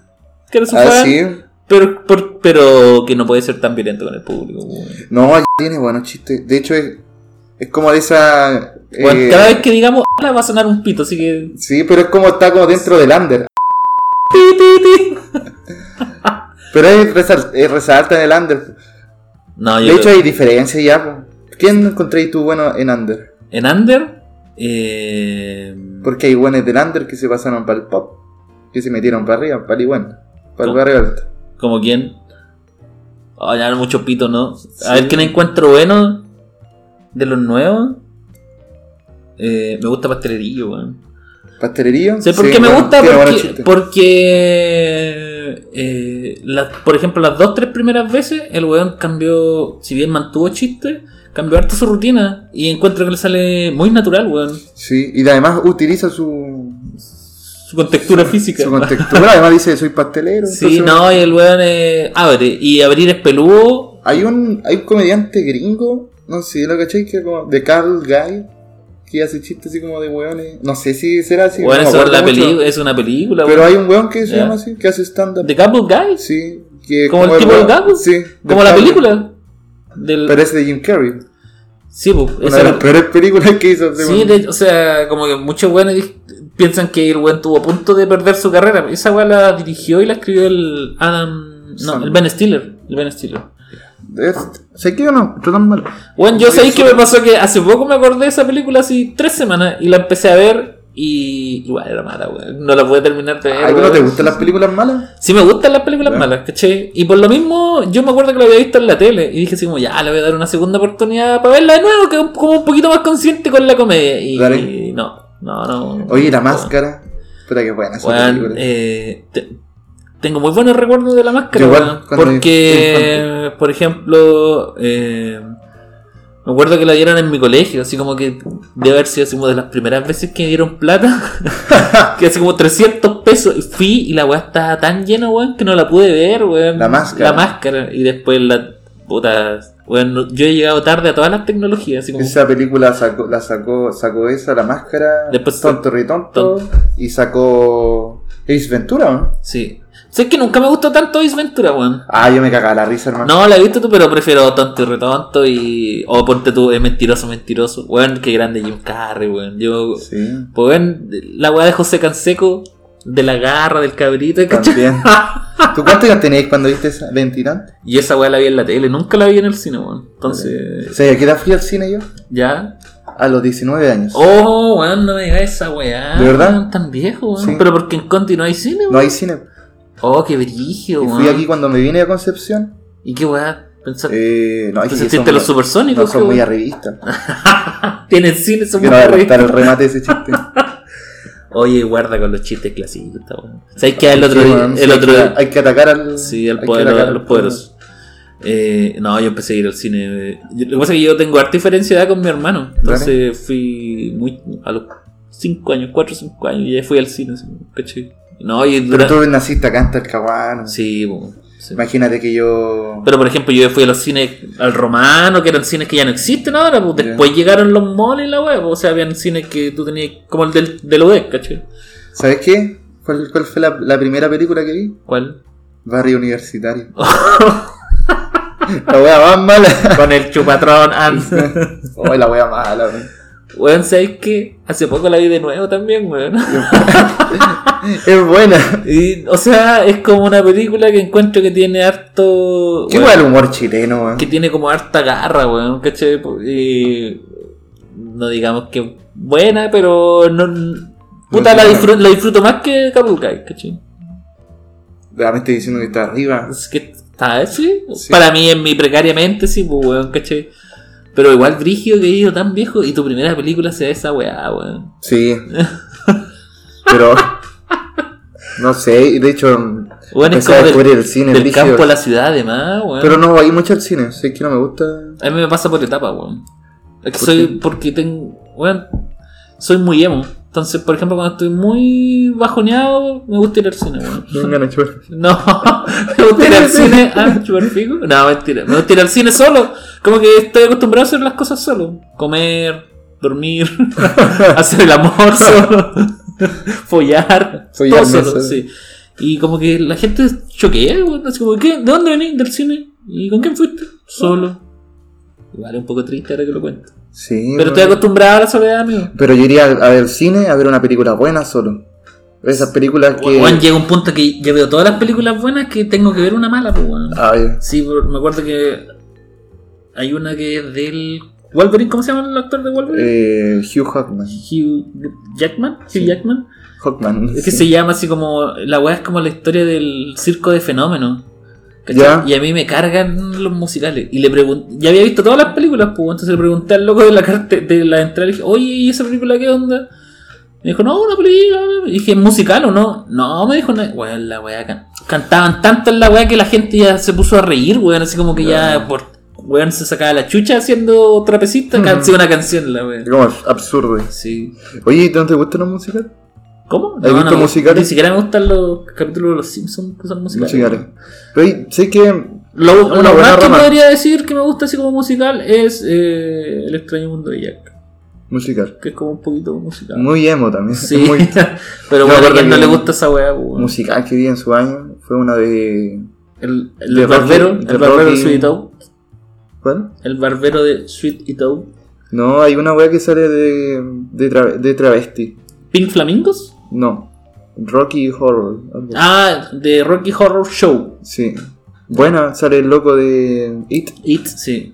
Speaker 2: Que era su
Speaker 1: ah,
Speaker 2: fan.
Speaker 1: sí.
Speaker 2: Pero, por- pero que no puede ser tan violento con el público, weón.
Speaker 1: No, tiene buenos chistes. De hecho, es, es como de esa. eh,
Speaker 2: Weón, Cada vez que digamos, "Ala", va a sonar un pito, así que
Speaker 1: Sí, pero es como está como dentro del under.
Speaker 2: Ti, ti, ti.
Speaker 1: Pero es, resal- es resalta en el under.
Speaker 2: No, yo
Speaker 1: De hecho,
Speaker 2: creo-
Speaker 1: hay diferencias ya. po. ¿Quién encontréis tú bueno en under?
Speaker 2: en Under, eh,
Speaker 1: Porque hay buenos del under que se pasaron para el pop. Que se metieron para arriba, para el bueno. Para el
Speaker 2: ¿Cómo?
Speaker 1: barrio alto.
Speaker 2: como quien. Ay, ya mucho pito, ¿no? A
Speaker 1: Sí.
Speaker 2: ver quién encuentro bueno de los nuevos. Eh, me gusta pastelerillo, weón.
Speaker 1: Pastelería.
Speaker 2: sé por
Speaker 1: sí,
Speaker 2: qué me
Speaker 1: bueno,
Speaker 2: gusta?
Speaker 1: tiene buenos chistes.
Speaker 2: Porque, porque, eh, las- por ejemplo, las dos, tres primeras veces, el weón cambió, si bien mantuvo chistes, cambió harto su rutina y encuentro que le sale muy natural, weón.
Speaker 1: Sí, y además utiliza su,
Speaker 2: Su contextura física. Ah,
Speaker 1: su contextura. además dice, soy pastelero.
Speaker 2: Sí,
Speaker 1: entonces-
Speaker 2: no, y el weón eh, abre. Y abrir es peludo.
Speaker 1: Hay un, hay un comediante gringo, no sé si lo caché, que como de Carl Guy, que hace chistes así como de hueones. No sé si será así. no
Speaker 2: weón,
Speaker 1: me
Speaker 2: eso es,
Speaker 1: acuerdo
Speaker 2: la
Speaker 1: mucho.
Speaker 2: peli- es una película.
Speaker 1: Pero
Speaker 2: weón.
Speaker 1: hay un hueón que se
Speaker 2: Ya.
Speaker 1: llama así, que hace stand-up.
Speaker 2: ¿The Cable Guys?
Speaker 1: Sí, que
Speaker 2: ¿Como el tipo
Speaker 1: hueón-
Speaker 2: del Cable?
Speaker 1: Sí.
Speaker 2: ¿Como
Speaker 1: del
Speaker 2: la
Speaker 1: Cable.
Speaker 2: película? Del...
Speaker 1: Pero es de Jim Carrey.
Speaker 2: Sí, pues.
Speaker 1: Una de las peores películas que hizo. ese
Speaker 2: Sí,
Speaker 1: hueón.
Speaker 2: de- o sea, como que muchos weones di- piensan que el weón tuvo a punto de perder su carrera. Esa weá la dirigió y la escribió el Adam. No,
Speaker 1: Sandler.
Speaker 2: el Ben Stiller. El Ben Stiller.
Speaker 1: Es- ¿Se quedó o no? Yo tan malo.
Speaker 2: Bueno, yo sabéis que me pasó que hace poco me acordé de esa película, así tres semanas, y la empecé a ver y igual era mala, weón. No la pude terminar de ver.
Speaker 1: ¿Alguno
Speaker 2: weón.
Speaker 1: te gustan las películas malas?
Speaker 2: Sí, me gustan las películas
Speaker 1: Ya.
Speaker 2: malas, ¿cachai? Y por lo mismo, yo me acuerdo que la había visto en la tele y dije así como, ya, le voy a dar una segunda oportunidad para verla de nuevo, que es un- como un poquito más consciente con la comedia. Y,
Speaker 1: Dale.
Speaker 2: y no, no, no.
Speaker 1: Oye, La
Speaker 2: No.
Speaker 1: Máscara. Espera que buena esa
Speaker 2: Weón,
Speaker 1: película.
Speaker 2: eh, te- tengo muy buenos recuerdos de la máscara.
Speaker 1: Yo igual,
Speaker 2: weón,
Speaker 1: cuando era
Speaker 2: porque, por ejemplo, eh, me acuerdo que la dieron en mi colegio, así como que debe haber sido así como de las primeras veces que dieron plata, que así como 300 pesos. Y fui y la weá estaba tan llena, weón, que no la pude ver, weón.
Speaker 1: La máscara.
Speaker 2: La máscara. Y después la puta. Weón, no- yo he llegado tarde a todas las tecnologías, así como.
Speaker 1: Esa película sacó, la sacó, sacó esa, la máscara,
Speaker 2: Después-
Speaker 1: Tonto Ritonto, y sacó Ace Ventura, ¿no?
Speaker 2: Sí. Sé que nunca me gustó tanto Ace Ventura, weón.
Speaker 1: Ah, yo me cagaba la risa, hermano.
Speaker 2: No, la he visto tú, pero prefiero tonto y retonto y. O ponte tú, es mentiroso, mentiroso. Weón, qué grande Jim Carrey, weón. Yo.
Speaker 1: Sí.
Speaker 2: Pues weón, la weá de José Canseco, de la garra, del cabrito, ¿cachai?
Speaker 1: También. ¿Tú cuántos ya tenéis cuando viste esa de Ventirante?
Speaker 2: Y esa weá la vi en la tele, nunca la vi en el cine, weón. Entonces,
Speaker 1: O sea, ¿a qué edad fui al cine yo?
Speaker 2: ya.
Speaker 1: A los 19 años.
Speaker 2: Oh, weón, no me digas esa weá.
Speaker 1: ¿De verdad?
Speaker 2: weón, Tan viejo, weón.
Speaker 1: Sí.
Speaker 2: Pero porque en Conti no hay cine, weón.
Speaker 1: No hay cine.
Speaker 2: Oh, qué brillo,
Speaker 1: Y
Speaker 2: weón.
Speaker 1: fui aquí cuando me vine a Concepción.
Speaker 2: ¿Y qué weá? Pensaste.
Speaker 1: Eh, no, hay
Speaker 2: ¿Te
Speaker 1: que
Speaker 2: sentiste
Speaker 1: son-
Speaker 2: los supersónicos,
Speaker 1: No, son
Speaker 2: weón?
Speaker 1: muy arribistas.
Speaker 2: Tienen cine, son
Speaker 1: Quiero
Speaker 2: muy
Speaker 1: adelantar el remate de ese chiste.
Speaker 2: Oye, guarda con los chistes clásicos, weón. ¿Sabes que el otro
Speaker 1: Ah, Sí,
Speaker 2: día,
Speaker 1: weón, sí,
Speaker 2: el
Speaker 1: hay
Speaker 2: otro
Speaker 1: que-
Speaker 2: día-
Speaker 1: Hay que atacar al.
Speaker 2: sí, el
Speaker 1: hay que
Speaker 2: poder
Speaker 1: atacar
Speaker 2: de los
Speaker 1: al-
Speaker 2: poderosos? Eh, no, yo empecé a ir al cine. eh, yo- Lo que pasa es que yo tengo harta diferencia de edad con mi hermano. Entonces fui muy a los 5 años, 4 o 5 años, y ya fui al cine. así, ¿cachai? No, y
Speaker 1: Pero
Speaker 2: dura...
Speaker 1: tú naciste acá en Talcahuano.
Speaker 2: Sí, po, sí.
Speaker 1: Imagínate que yo.
Speaker 2: Pero por ejemplo, yo fui a los cines al romano, que eran cines que ya no existen ahora. pues,
Speaker 1: Ya.
Speaker 2: Después llegaron los malls y la web. O sea, habían cines que tú tenías, como el del, del UDEC, ¿cachai?
Speaker 1: ¿Sabes qué? ¿Cuál, cuál fue la, la primera película que vi?
Speaker 2: ¿Cuál?
Speaker 1: Barrio Universitario. la wea más mala.
Speaker 2: Con el chupatrón. and-
Speaker 1: Ay, la wea mala, weón.
Speaker 2: Weón, ¿sabes qué? Hace poco la vi de nuevo también, weón.
Speaker 1: Es buena.
Speaker 2: Y, o sea, es como una película que encuentro que tiene harto.
Speaker 1: Qué
Speaker 2: weón,
Speaker 1: buen humor chileno, weón.
Speaker 2: Que tiene como harta garra, weón, ¿cachai? Y. No digamos que buena, pero no. Puta, la, disfru- la disfruto más que Kapulkai, ¿cachai?
Speaker 1: Ya Ah, me estoy diciendo que está arriba.
Speaker 2: Es que está, sí.
Speaker 1: Sí.
Speaker 2: Para mí, en mi precariamente, sí, pues, weón, ¿cachai? Pero igual, Brigio, que he ido tan viejo, y tu primera película sea esa weá, weón.
Speaker 1: Sí. Pero. No sé, de hecho.
Speaker 2: Bueno,
Speaker 1: empecé
Speaker 2: es como
Speaker 1: a descubrir
Speaker 2: del,
Speaker 1: el cine,
Speaker 2: del
Speaker 1: el brígido.
Speaker 2: campo a la ciudad, además, weón.
Speaker 1: Pero no, hay mucho al cine, sé que no me gusta.
Speaker 2: A mí me pasa por etapa, weón. Es que
Speaker 1: ¿Por
Speaker 2: soy,
Speaker 1: qué?
Speaker 2: porque tengo, weón, soy muy emo. Entonces, por ejemplo, cuando estoy muy bajoneado, me gusta ir al cine, weón.
Speaker 1: Me dan ganas de chupar.
Speaker 2: No, me gusta ir al cine a chupar pico. No, mentira. Me gusta ir al cine solo. Como que estoy acostumbrado a hacer las cosas solo. Comer, dormir, hacer el amor solo, follar,
Speaker 1: Follar,
Speaker 2: todo
Speaker 1: no
Speaker 2: solo,
Speaker 1: sé.
Speaker 2: sí. Y como que la gente choquea, weón. Así como, ¿qué? ¿De dónde venís? ¿Del cine? ¿Y con quién fuiste? Solo. Igual es un poco triste ahora que lo cuento.
Speaker 1: Sí.
Speaker 2: Pero
Speaker 1: weón.
Speaker 2: estoy acostumbrado a la soledad, amigo.
Speaker 1: Pero yo iría a- a ver el cine a ver una película buena solo. Esas películas que.
Speaker 2: Weón, llega un punto que yo veo todas las películas buenas que tengo que ver una mala, pues, weón.
Speaker 1: Ay,
Speaker 2: Sí, pero me acuerdo que hay una que es del Wolverine, ¿cómo se llama el actor de Wolverine?
Speaker 1: eh, Hugh Jackman.
Speaker 2: Hugh Jackman, Hugh Jackman.
Speaker 1: Jackman.
Speaker 2: Es que
Speaker 1: sí.
Speaker 2: se llama así como la weá es como la historia del circo de fenómenos.
Speaker 1: Ya.
Speaker 2: ¿cachai? Y a mí me cargan los musicales. Y le pregunté, ya había visto todas las películas, pues entonces le pregunté al loco de la carte de la entrada, le dije, oye, ¿y esa película qué onda? Me dijo, no, una película. Y dije, ¿es musical o no? No, me dijo, no. Weón, la weá. can- Cantaban tanto en la weá que la gente ya se puso a reír, weón. Así como que ya, por, weón, se sacaba la chucha haciendo trapecista. can- hacía una canción, la weá.
Speaker 1: Es como absurdo.
Speaker 2: Sí.
Speaker 1: Oye, ¿y ¿no te gustan los musicales?
Speaker 2: ¿Cómo?
Speaker 1: ¿Has visto musicales?
Speaker 2: Ni siquiera me gustan los capítulos de los Simpsons que son musicales.
Speaker 1: Musicales. Pero oye, sé que.
Speaker 2: Lo,
Speaker 1: Una buena
Speaker 2: lo más que
Speaker 1: rama.
Speaker 2: podría decir que me gusta así como musical es eh, El extraño mundo de Jack.
Speaker 1: Musical.
Speaker 2: Que es como un poquito musical.
Speaker 1: Muy emo también.
Speaker 2: Sí,
Speaker 1: Muy Yo
Speaker 2: pero bueno, a
Speaker 1: recuerdo
Speaker 2: quien no
Speaker 1: que-
Speaker 2: le gusta esa weá, pues, bueno.
Speaker 1: musical que vi en su año. Fue una de.
Speaker 2: El, el
Speaker 1: De Rocky-
Speaker 2: barbero,
Speaker 1: de
Speaker 2: el barbero de
Speaker 1: Rocky-
Speaker 2: Sweet Out.
Speaker 1: ¿Cuál?
Speaker 2: El barbero de Sweet It Out.
Speaker 1: No, hay una weá que sale de, de, tra- de travesti.
Speaker 2: Pink Flamingos.
Speaker 1: No. Rocky Horror. algo
Speaker 2: Ah, de Rocky Horror Show.
Speaker 1: Sí. Buena, sale el loco de It.
Speaker 2: It, sí.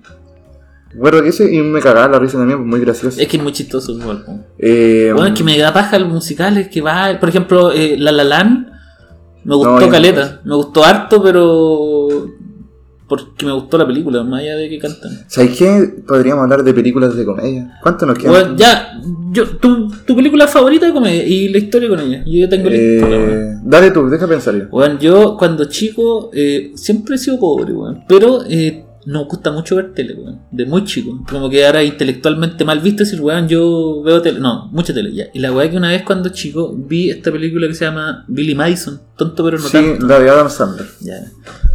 Speaker 1: Recuerdo que ese y me cagaba la risa también, muy gracioso.
Speaker 2: Es que es muy chistoso igual. pues.
Speaker 1: Eh,
Speaker 2: Bueno, es que me da paja el musical, es que va, por ejemplo, eh, La La Land me
Speaker 1: No,
Speaker 2: gustó
Speaker 1: yo no
Speaker 2: caleta, me gustó harto, pero porque me gustó la película, más allá de que cantan.
Speaker 1: ¿Sabes qué? Podríamos hablar de películas de comedia. ¿Cuánto nos queda?
Speaker 2: Bueno, ya, yo, tu, tu película favorita de comedia y la historia con ella. Yo ya tengo la
Speaker 1: Eh,
Speaker 2: historia, weón.
Speaker 1: dale tú, deja pensar yo.
Speaker 2: Weón, yo cuando chico eh, siempre he sido pobre, weón. Pero eh, nos gusta mucho ver tele, weón. De muy chico. Como que ahora intelectualmente mal visto decir, weón, yo veo tele. No, mucha tele ya. Y la weá que una vez cuando chico vi esta película que se llama Billy Madison. Tonto pero no
Speaker 1: sí,
Speaker 2: tanto.
Speaker 1: la de Adam Sandler.
Speaker 2: Ya.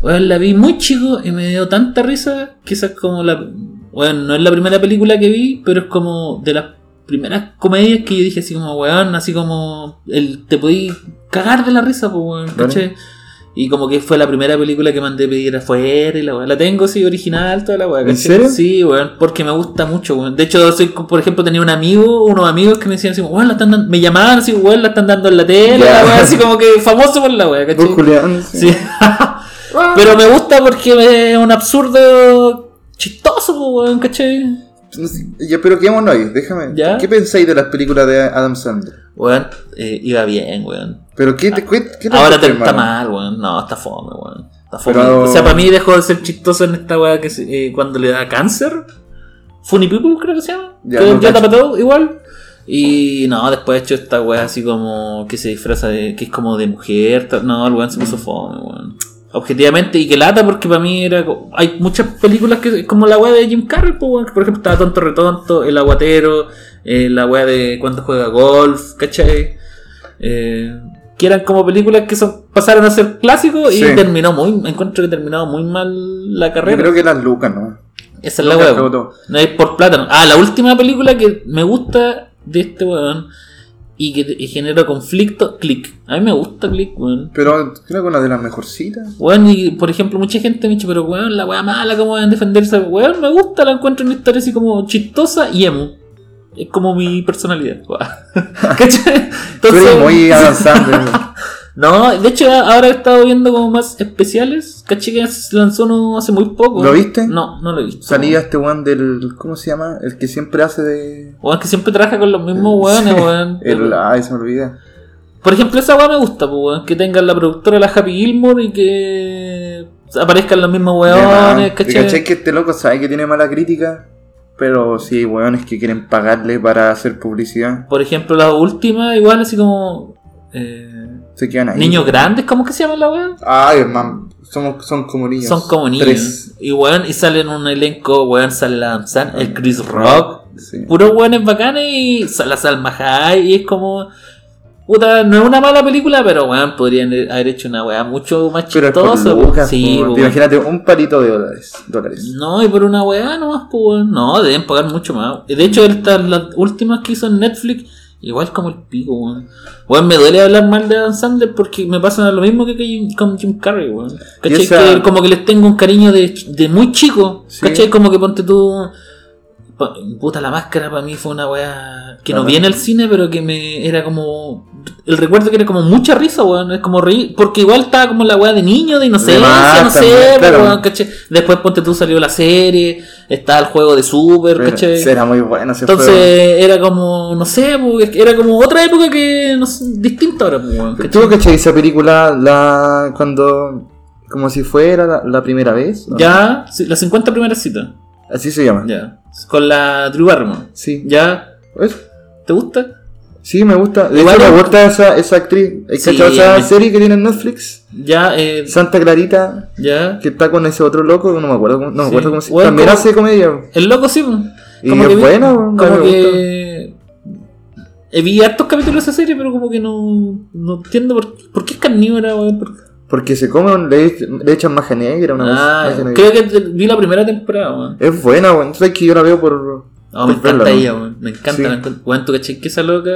Speaker 2: Weón, la vi muy chico y me dio tanta risa que esa es como la. Weón, no es la primera película que vi, pero es como de las primeras comedias que yo dije así como, weón, así como. El, te podí cagar de la risa, pues, weón,
Speaker 1: Vale.
Speaker 2: ¿cachai? Y como que fue la primera película que mandé pedir afuera y la weón. La tengo, sí, original, toda la weón.
Speaker 1: ¿En serio?
Speaker 2: Sí, weón, porque me gusta mucho, weón. De hecho, soy, por ejemplo, tenía un amigo, unos amigos que me decían así, weón, la están dando, me llamaban así, weón, la están dando en la tele,
Speaker 1: Ya.
Speaker 2: la weón, así como que famoso por la weón,
Speaker 1: Vos,
Speaker 2: ¿cachai?
Speaker 1: Julián.
Speaker 2: Sí. Pero me gusta porque me- es un absurdo chistoso, po, weón, ¿cachai?
Speaker 1: Ya, pero quedémonos ahí, déjame.
Speaker 2: ¿Ya?
Speaker 1: ¿Qué pensáis de las películas de Adam Sandler?
Speaker 2: Weón, eh, iba bien, weón.
Speaker 1: ¿Pero qué te cuesta?
Speaker 2: Ahora te está mal, weón. No, está fome, weón. Está fome.
Speaker 1: Pero-
Speaker 2: O sea, para mí dejó de ser chistoso en esta weá que se- eh, cuando le da cáncer. Funny People, creo que se llama.
Speaker 1: Ya,
Speaker 2: que
Speaker 1: no
Speaker 2: es Jota
Speaker 1: cacho.
Speaker 2: Pato, igual. Y no, después ha hecho esta weá así como que se disfraza de. que es como de mujer. tal. No, el weón se
Speaker 1: Mm.
Speaker 2: puso fome, weón. Objetivamente, y que lata porque para mí era. co- Hay muchas películas que. es como la weá de Jim Carrey, pues, weón. Por ejemplo, estaba Tonto Retonto, El Aguatero, eh, la weá de cuando juega golf, ¿cachai? Eh, que eran como películas que son, pasaron a ser clásicos y
Speaker 1: Sí.
Speaker 2: terminó muy. Encuentro que terminó muy mal la
Speaker 1: Yo
Speaker 2: carrera.
Speaker 1: creo que las lucas, ¿no?
Speaker 2: Esa es la
Speaker 1: Nunca
Speaker 2: weá.
Speaker 1: acabó todo.
Speaker 2: No es por plátano. Ah, la última película que me gusta de este weón y que te- y genera conflicto, Click. A mí me gusta Click, weón.
Speaker 1: Pero creo que una de las mejorcitas.
Speaker 2: Weón, y por ejemplo, mucha gente me dice, pero weón, la weá mala, ¿cómo van a defenderse? Weón, me gusta, la encuentro en una historia así como chistosa y emo. Es como mi personalidad, weón. ¿Cachai?
Speaker 1: Tú
Speaker 2: Entonces-
Speaker 1: eres muy Adam Sandler.
Speaker 2: No, de hecho ahora he estado viendo como más especiales. Caché que lanzó uno hace muy poco.
Speaker 1: ¿Lo viste?
Speaker 2: No, no lo he visto.
Speaker 1: Salía este weón del. ¿Cómo se llama? El que siempre hace de.
Speaker 2: Weón, que siempre trabaja con los mismos weones, weón.
Speaker 1: El, ay, se me olvida.
Speaker 2: Por ejemplo, esa weá me gusta, pues, weón. Que tengan la productora la Happy Gilmore y que aparezcan los mismos
Speaker 1: Además,
Speaker 2: weones,
Speaker 1: ¿te
Speaker 2: ¿cachai?
Speaker 1: ¿Cachai que este loco sabe que tiene mala crítica? Pero sí hay weones que quieren pagarle para hacer publicidad.
Speaker 2: Por ejemplo, la última, igual así como. eh,
Speaker 1: Se quedan ahí.
Speaker 2: niños grandes, ¿cómo que se llama la weá?
Speaker 1: Ay, hermano. Somos, son como niños.
Speaker 2: Son como niños.
Speaker 1: Tres.
Speaker 2: Y weón, y salen un elenco, weón, sale la Adam Sandler, el Chris Rock,
Speaker 1: Sí.
Speaker 2: puros weones bacanes y sa- la Salma Hayek y es como puta, no es una mala película, pero weón, podrían he- haber hecho una weá mucho más
Speaker 1: Pero es por
Speaker 2: chistosa.
Speaker 1: lucas,
Speaker 2: sí,
Speaker 1: po,
Speaker 2: po, weón.
Speaker 1: Imagínate un palito de dólares. dólares.
Speaker 2: No, y por una weá nomás, pues weón. No, deben pagar mucho más. Y De hecho, estas las últimas que hizo en Netflix, igual como el pico, weón. Weón, me duele hablar mal de Adam Sandler porque me pasa lo mismo que que- con Jim Carrey, weón. ¿Cachai?
Speaker 1: Y esa-
Speaker 2: Que como que les tengo un cariño de, de muy chico.
Speaker 1: Sí.
Speaker 2: ¿Cachai? Como que ponte tú. pa- Puta, la máscara para mí fue una weá que no
Speaker 1: Claro.
Speaker 2: viene al cine, pero que me era como. El recuerdo que era como mucha risa, weón. Es como reír. Porque igual estaba como la weá de niño, de inocencia,
Speaker 1: más
Speaker 2: no sé,
Speaker 1: también,
Speaker 2: pero,
Speaker 1: claro.
Speaker 2: weón, ¿cachai? Después ponte tú salió la serie, está el juego de Super,
Speaker 1: Pero
Speaker 2: ¿cachai?
Speaker 1: Será muy bueno ese
Speaker 2: Entonces
Speaker 1: juego.
Speaker 2: era como, no sé, pues, era como otra época que no sé, distinta ahora, pues, weón,
Speaker 1: ¿Tú
Speaker 2: ¿cachai?
Speaker 1: cachai esa película la, cuando. como si fuera la, la primera vez? ¿o no?
Speaker 2: Ya, sí, las 50 primeras citas,
Speaker 1: Así se llama.
Speaker 2: ya. Con la Drew Barrymore.
Speaker 1: Sí.
Speaker 2: Ya,
Speaker 1: ¿Ves?
Speaker 2: ¿te gusta?
Speaker 1: Sí, me gusta. De
Speaker 2: Igual
Speaker 1: hecho,
Speaker 2: es-
Speaker 1: me gusta esa, esa actriz. ¿Has
Speaker 2: Sí,
Speaker 1: cachado esa
Speaker 2: me-
Speaker 1: serie que tiene en Netflix?
Speaker 2: Ya, eh,
Speaker 1: Santa Clarita,
Speaker 2: ya.
Speaker 1: que está con ese otro loco, no me acuerdo, cómo- no me
Speaker 2: Sí.
Speaker 1: acuerdo cómo se
Speaker 2: Bueno,
Speaker 1: También
Speaker 2: como-
Speaker 1: hace comedia.
Speaker 2: El loco sí. po.
Speaker 1: Y
Speaker 2: Como
Speaker 1: es
Speaker 2: que vi-
Speaker 1: buena, po, a mí
Speaker 2: Como
Speaker 1: me
Speaker 2: que. eh, Vi hartos capítulos de esa serie, pero como que no, no entiendo por, qué- por qué es carnívora, weón. por-
Speaker 1: Porque se come, un- le, ech- le echan maja negra, una cosa-
Speaker 2: Ah,
Speaker 1: maja negra.
Speaker 2: creo que te- vi la primera temporada, weón.
Speaker 1: Es buena, weón. Tú sabes que yo la veo por.
Speaker 2: Ah, me
Speaker 1: por verla,
Speaker 2: encanta
Speaker 1: Pues ¿no?
Speaker 2: ella, weón. Me encanta.
Speaker 1: Sí.
Speaker 2: la encon- Weón, tú caché que esa loca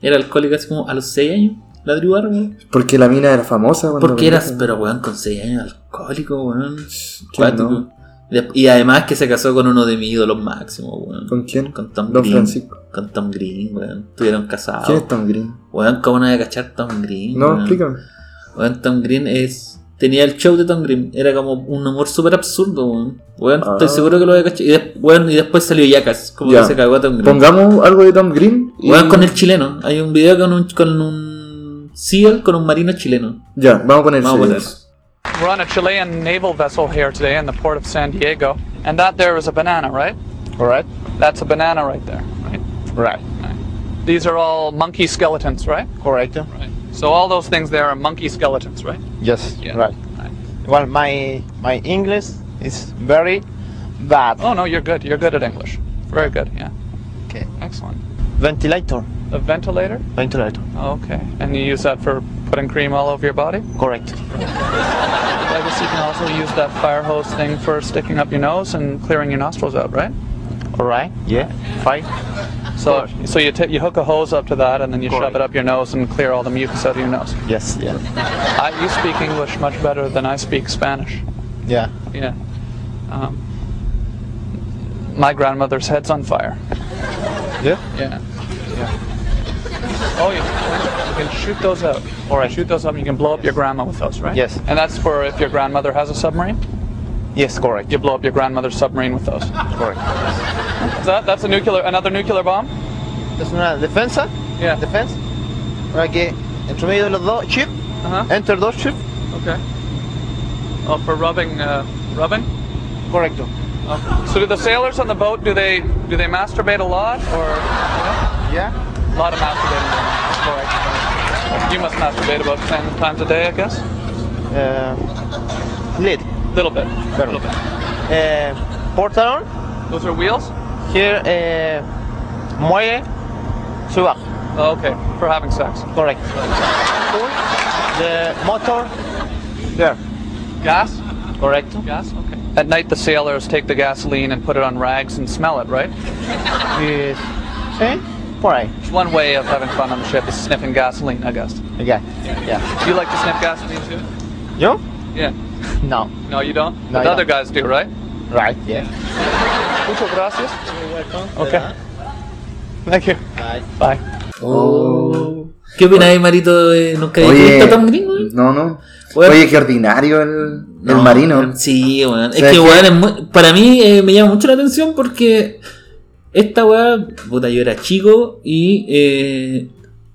Speaker 2: era alcohólica así como a los 6 años, la Drew Barrymore.
Speaker 1: Porque la mina era famosa. cuando
Speaker 2: Porque eras,
Speaker 1: venía.
Speaker 2: pero weón, con 6 años alcohólico, weón.
Speaker 1: ¿Quién
Speaker 2: Cuático.
Speaker 1: no?
Speaker 2: De- Y además que se casó con uno de mis ídolos máximos, weón.
Speaker 1: ¿Con quién?
Speaker 2: Con Tom
Speaker 1: Don
Speaker 2: Green.
Speaker 1: Francisco.
Speaker 2: Con Tom Green, weón. Estuvieron casados.
Speaker 1: ¿Quién es Tom Green?
Speaker 2: Weón, ¿cómo no voy a cachar Tom Green?
Speaker 1: Ah, No,
Speaker 2: weón?
Speaker 1: explícame.
Speaker 2: Weón, Tom Green es. Tenía el show de Tom Green. Era como un humor súper absurdo, weón. Weón,
Speaker 1: Ah.
Speaker 2: estoy seguro que lo voy a cachar. Y, des- weón, y después salió Yacas. Como
Speaker 1: Ya.
Speaker 2: que se cagó a Tom Green.
Speaker 1: Pongamos algo de Tom Green. y-
Speaker 2: Weón, con el chileno. Hay un video con un. Con un seal con un marino chileno.
Speaker 1: Ya, vamos a poner
Speaker 2: Vamos a poner.
Speaker 1: series.
Speaker 5: We're on a Chilean naval vessel here today in the port of San Diego. And that there is a banana, right?
Speaker 6: Right?
Speaker 5: That's a banana right there, right?
Speaker 6: Right.
Speaker 5: These are all monkey skeletons, right?
Speaker 6: Correct.
Speaker 5: Right. So all those things there are monkey skeletons, right?
Speaker 6: Yes.
Speaker 5: Yeah.
Speaker 6: Right.
Speaker 5: Right.
Speaker 6: Well, my my English is very bad.
Speaker 5: Oh no, you're good. You're good at English. Very good, yeah.
Speaker 6: Okay.
Speaker 5: Excellent.
Speaker 6: Ventilator.
Speaker 5: A ventilator?
Speaker 6: Ventilator.
Speaker 5: Okay. And you use that for putting cream all over your body?
Speaker 6: Correct.
Speaker 5: I guess you can also use that fire hose thing for sticking up your nose and clearing your nostrils out, right?
Speaker 6: All right. Yeah. Fine.
Speaker 5: So, so you, t- you hook a hose up to that and then you shove
Speaker 6: Correct.
Speaker 5: it up your nose and clear all the mucus out of your nose.
Speaker 6: Yes. Yeah.
Speaker 5: I, you speak English much better than I speak Spanish.
Speaker 6: Yeah.
Speaker 5: Yeah. Um, my grandmother's head's on fire.
Speaker 6: Yeah.
Speaker 5: Yeah. Yeah. Oh, yeah. You can shoot those up. Or
Speaker 6: Alright.
Speaker 5: shoot those up and you can blow up your grandma with those, right?
Speaker 6: Yes.
Speaker 5: And that's for if your grandmother has a submarine?
Speaker 6: Yes. Correct.
Speaker 5: You blow up your grandmother's submarine with those. Is
Speaker 6: Correct.
Speaker 5: that, that's a nuclear, another nuclear bomb?
Speaker 6: Es una defensa.
Speaker 5: Yeah.
Speaker 6: Defense. Para que entre medio de los dos chips,
Speaker 5: Uh-huh.
Speaker 6: entre dos chips.
Speaker 5: Okay. Oh, for rubbing, uh, rubbing?
Speaker 6: Correcto.
Speaker 5: So do the sailors on the boat do they do they masturbate a lot or a
Speaker 6: Yeah.
Speaker 5: lot of masturbating? You must masturbate about ten times a day, I guess.
Speaker 6: Eh, lead.
Speaker 5: Little bit. Little bit.
Speaker 6: Eh, portalón.
Speaker 5: Those are wheels.
Speaker 6: Here. Eh, muelle. Suba.
Speaker 5: Oh, okay, for having sex.
Speaker 6: Correct. The motor. There.
Speaker 5: Gas.
Speaker 6: Correct.
Speaker 5: Gas. Okay. At night, the sailors take the gasoline and put it on rags and smell it. Right.
Speaker 6: Yes.
Speaker 5: Eh?
Speaker 6: Sí. Por ahí.
Speaker 5: It's one way of having fun on the ship is sniffing gasoline, I guess.
Speaker 6: Okay. Yeah.
Speaker 5: Do you like to sniff gasoline too?
Speaker 6: ¿Yo?
Speaker 5: Yeah.
Speaker 6: No.
Speaker 5: No, you don't. but
Speaker 6: No, I
Speaker 5: the other
Speaker 6: don't.
Speaker 5: guys do, right?
Speaker 6: Right. Yeah.
Speaker 5: Muchas gracias.
Speaker 6: Okay.
Speaker 5: Thank you.
Speaker 6: Bye.
Speaker 5: Bye.
Speaker 2: Oh. ¿Qué opináis, Marito? de ¿Nunca
Speaker 1: Oye,
Speaker 2: dijiste a Tom Green, weón?
Speaker 1: no, no.
Speaker 2: Bueno.
Speaker 1: Oye, qué ordinario el, el
Speaker 2: No,
Speaker 1: marino.
Speaker 2: weón, Sí, weón. Es
Speaker 1: sea,
Speaker 2: que,
Speaker 1: es
Speaker 2: weón, es muy- para mí eh, me llama mucho la atención porque esta weá, puta, yo era chico y eh,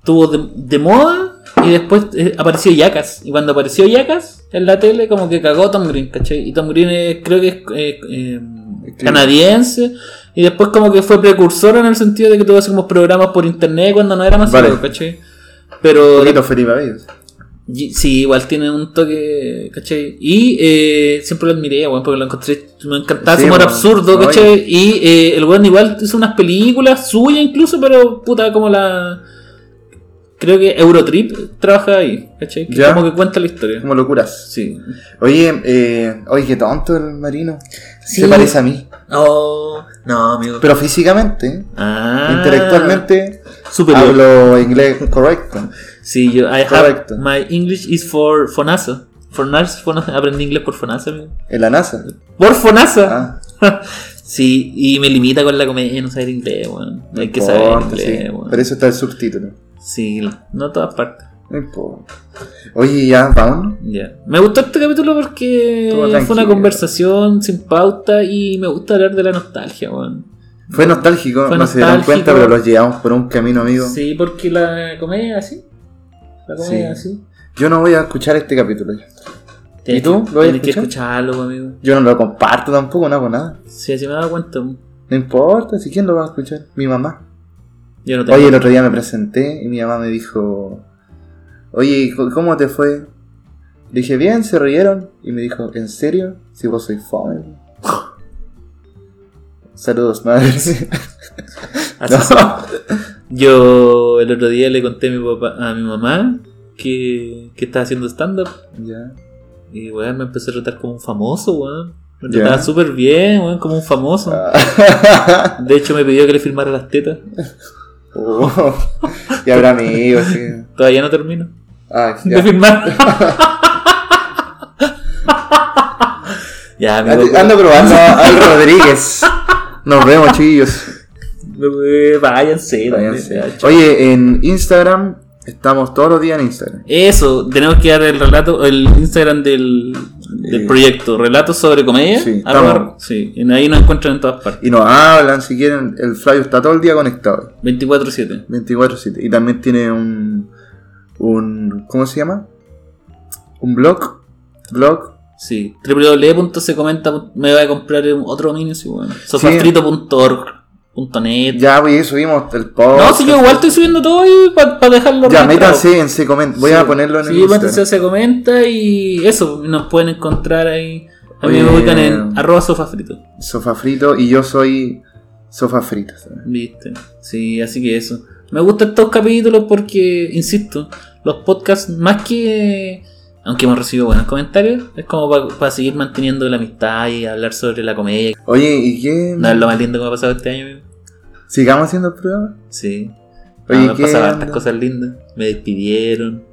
Speaker 2: tuvo de, de moda y después eh, apareció Yacas. Y cuando apareció Yacas en la tele, como que cagó Tom Green, ¿cachai? Y Tom Green es- creo que es eh, eh, canadiense. Y después como que fue precursor en el sentido de que tuvo así como programas por internet cuando no era más
Speaker 1: Vale.
Speaker 2: ¿cachai? Pero
Speaker 1: Poquito Felipe Avellos.
Speaker 2: y- Sí, igual tiene un toque, ¿cachai? Y eh, siempre lo admiré, weón, porque lo encontré, me encantaba
Speaker 1: Sí,
Speaker 2: su humor
Speaker 1: weón.
Speaker 2: absurdo,
Speaker 1: Oye.
Speaker 2: ¿cachai? Y eh, el weón igual hizo unas películas suyas incluso, pero puta, como la... Creo que Eurotrip trabaja ahí, ¿cachai? Que
Speaker 1: Ya.
Speaker 2: como que cuenta la historia.
Speaker 1: Como locuras.
Speaker 2: Sí.
Speaker 1: Oye, eh, oye, qué tonto el marino.
Speaker 2: Sí.
Speaker 1: Se parece a mí.
Speaker 2: Oh, no, amigo.
Speaker 1: Pero físicamente, ¿eh?
Speaker 2: ah,
Speaker 1: intelectualmente,
Speaker 2: superior.
Speaker 1: hablo inglés correcto.
Speaker 2: Sí, yo, I have-
Speaker 1: Correcto.
Speaker 2: my English is for FONASA. FONASA, FONASA. Aprendí inglés por FONASA, amigo.
Speaker 1: En la NASA.
Speaker 2: Por Fonasa.
Speaker 1: Ah.
Speaker 2: sí, y me limita con la comedia no saber inglés, weón. Hay que saber
Speaker 1: Importa,
Speaker 2: inglés,
Speaker 1: sí.
Speaker 2: weón.
Speaker 1: Pero eso está el subtítulo.
Speaker 2: Sí, no todas partes.
Speaker 1: No importa. Oye, ya, vamos.
Speaker 2: Ya. Me gustó este capítulo porque
Speaker 1: Estuvo
Speaker 2: fue una
Speaker 1: tranquilo.
Speaker 2: conversación sin pauta y me gusta hablar de la nostalgia, weón.
Speaker 1: Fue nostálgico,
Speaker 2: Fue
Speaker 1: no se dieron
Speaker 2: nostálgico.
Speaker 1: cuenta, pero los llevamos por un camino, amigo.
Speaker 2: Sí, porque la comedia es así. La comedia es así.
Speaker 1: Yo no voy a escuchar este capítulo.
Speaker 2: Tienes
Speaker 1: tú?
Speaker 2: que-
Speaker 1: ¿Lo vas a
Speaker 2: tienes que
Speaker 1: escuchar?
Speaker 2: escucharlo, amigo.
Speaker 1: Yo no lo comparto tampoco, no hago nada.
Speaker 2: Sí, así me he dado cuenta. weón.
Speaker 1: No importa, si quién lo va a escuchar, mi mamá.
Speaker 2: Yo no tengo.
Speaker 1: Oye, el otro día me presenté y mi mamá me dijo, oye, ¿c- ¿cómo te fue? Le dije, bien, se rieron. Y me dijo, ¿en serio? Si vos sois fome. Saludos, madre.
Speaker 2: Así Yo el otro día le conté a mi, papá, a mi mamá que, que estaba haciendo stand-up.
Speaker 1: Ya.
Speaker 2: Y weón, me empezó a tratar como un famoso, weón. Me
Speaker 1: Ya.
Speaker 2: trataba súper bien, weón, como un famoso.
Speaker 1: Ah.
Speaker 2: De hecho, me pidió que le filmara las tetas.
Speaker 1: Oh. Y habrá amigos, sí.
Speaker 2: Todavía no termino
Speaker 1: Ay,
Speaker 2: de
Speaker 1: ya.
Speaker 2: filmar. ya, amigo.
Speaker 1: Ando ando probando al Rodríguez. Nos vemos, chiquillos.
Speaker 2: weón, Váyanse,
Speaker 1: Váyanse.
Speaker 2: váyanse.
Speaker 1: Oye, en Instagram estamos todos los días en Instagram.
Speaker 2: Eso, tenemos que dar el relato, el Instagram del, del
Speaker 1: Eh.
Speaker 2: proyecto, relatos sobre comedia.
Speaker 1: Sí,
Speaker 2: arroba-
Speaker 1: estamos-
Speaker 2: sí, en ahí nos encuentran en todas partes.
Speaker 1: Y nos hablan si quieren. El Flavio está todo el día conectado.
Speaker 2: 24-7.
Speaker 1: 24-7. Y también tiene un, un. ¿Cómo se llama? Un blog. Blog.
Speaker 2: Sí, www.secomenta. Me voy a comprar un- otro dominio, sí, bueno. Sofastrito.org.net.
Speaker 1: Ya, pues ahí subimos el post.
Speaker 2: No, si yo igual estoy subiendo todo para dejarlo
Speaker 1: Ya,
Speaker 2: registrado.
Speaker 1: métanse en se comenta. Voy a
Speaker 2: Sí.
Speaker 1: ponerlo en
Speaker 2: sí,
Speaker 1: el
Speaker 2: métanse a
Speaker 1: Instagram.
Speaker 2: se comenta y eso, nos pueden encontrar ahí. A mí
Speaker 1: Oye.
Speaker 2: me ubican en arroba sofafrito.
Speaker 1: Sofá frito. Y yo soy Sofá frito.
Speaker 2: Viste, sí, así que eso. Me gustan estos capítulos porque, insisto, los podcasts, más que. Aunque hemos recibido buenos comentarios, es como para seguir manteniendo la amistad y hablar sobre la comedia.
Speaker 1: Oye, ¿y qué?
Speaker 2: No es lo más lindo que me ha pasado este año, amigo.
Speaker 1: ¿Sigamos haciendo el programa?
Speaker 2: Sí.
Speaker 1: Oye,
Speaker 2: Ah, me han
Speaker 1: ¿qué
Speaker 2: pasado hartas
Speaker 1: onda?
Speaker 2: cosas lindas. Me despidieron,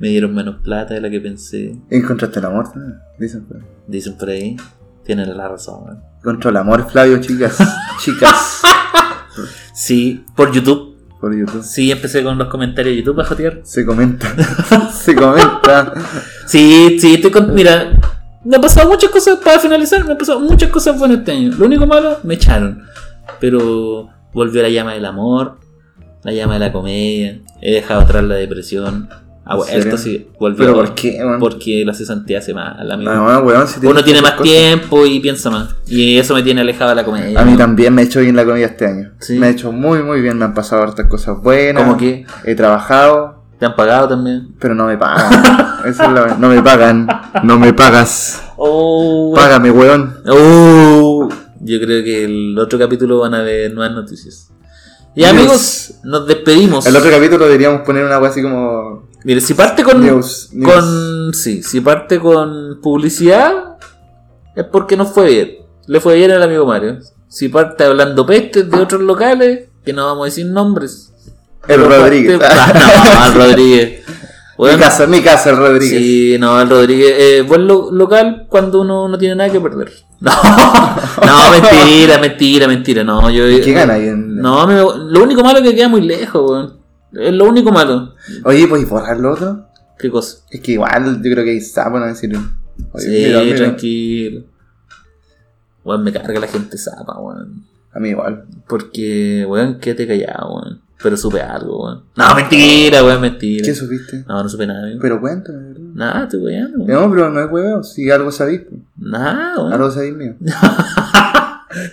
Speaker 2: me dieron menos plata de la que pensé.
Speaker 1: ¿Encontraste el amor? Ah, Dicen por ahí.
Speaker 2: Dicen por ahí, tienen la razón. weón.
Speaker 1: Contra el amor, Flavio, chicas. chicas.
Speaker 2: Sí, por YouTube.
Speaker 1: Por YouTube.
Speaker 2: Sí, empecé con los comentarios de YouTube bajo tierra.
Speaker 1: Se comenta. Se comenta.
Speaker 2: Sí, sí, estoy con... Mira, me han pasado muchas cosas para finalizar, me han pasado muchas cosas buenas este año. Lo único malo, me echaron. Pero volvió la llama del amor, la llama de la comedia, he dejado atrás la depresión. Ha
Speaker 1: ¿En serio?
Speaker 2: vuelto, sí, volvió.
Speaker 1: ¿Pero por qué, weón?
Speaker 2: Porque la cesantía hace mal, amigo.
Speaker 1: No, Ah, weón, si
Speaker 2: Uno tiene más
Speaker 1: cosas.
Speaker 2: tiempo y piensa más. Y eso me tiene alejado de la comedia.
Speaker 1: A mí
Speaker 2: ¿no?
Speaker 1: también me ha hecho bien la comida este año.
Speaker 2: Sí.
Speaker 1: Me ha hecho muy, muy bien. Me han pasado hartas cosas buenas.
Speaker 2: ¿Cómo qué?
Speaker 1: He trabajado,
Speaker 2: Te han pagado también.
Speaker 1: pero no me pagan. Esa es la- No me pagan. No me pagas.
Speaker 2: Oh,
Speaker 1: Págame, weón.
Speaker 2: Oh, yo creo que el otro capítulo van a ver nuevas noticias. Y
Speaker 1: Dios.
Speaker 2: amigos, nos despedimos.
Speaker 1: El otro capítulo deberíamos poner una wea así como.
Speaker 2: Mire, si parte con,
Speaker 1: News, news.
Speaker 2: con sí, si parte con publicidad es porque nos fue bien. Le fue bien al amigo Mario. Si parte hablando pestes de otros locales, que no vamos a decir nombres.
Speaker 1: El
Speaker 2: Pero
Speaker 1: Rodríguez.
Speaker 2: parte- Ah, no, al Rodríguez.
Speaker 1: Mi
Speaker 2: Bueno,
Speaker 1: casa, mi casa, el Rodríguez.
Speaker 2: Sí, no, el Rodríguez. Eh, buen lo- local cuando uno no tiene nada que perder. No, no, mentira, mentira, mentira. No, yo.
Speaker 1: ¿Qué gana ahí en-
Speaker 2: No, amigo, lo único malo es que queda muy lejos, weón. Es lo único malo.
Speaker 1: Oye, ¿puedes borrar lo otro?
Speaker 2: ¿Qué cosa?
Speaker 1: Es que igual yo creo que hay sapo, no decir. Oye,
Speaker 2: sí,
Speaker 1: mira, mira.
Speaker 2: tranquilo. Weón, me carga la gente zapa, weón.
Speaker 1: A mí igual.
Speaker 2: Porque, weón, quédate callado, weón. Pero supe algo, weón. No, mentira, weón, mentira.
Speaker 1: ¿Qué supiste?
Speaker 2: No, no supe nada, amigo.
Speaker 1: Pero cuéntame, ¿verdad?
Speaker 2: Nada, te weón.
Speaker 1: No, pero no es huevo, si algo sabís, pues.
Speaker 2: Nada, weón.
Speaker 1: algo sabís mío.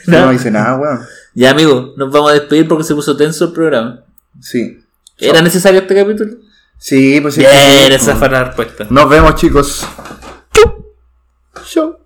Speaker 1: Si no hice nada, weón.
Speaker 2: Ya, amigo, nos vamos a despedir porque se puso tenso el programa.
Speaker 1: Sí.
Speaker 2: ¿Era necesario este capítulo?
Speaker 1: Sí, pues sí.
Speaker 2: Bien, esa fue la respuesta.
Speaker 1: Nos vemos, chicos. Chau. Chau.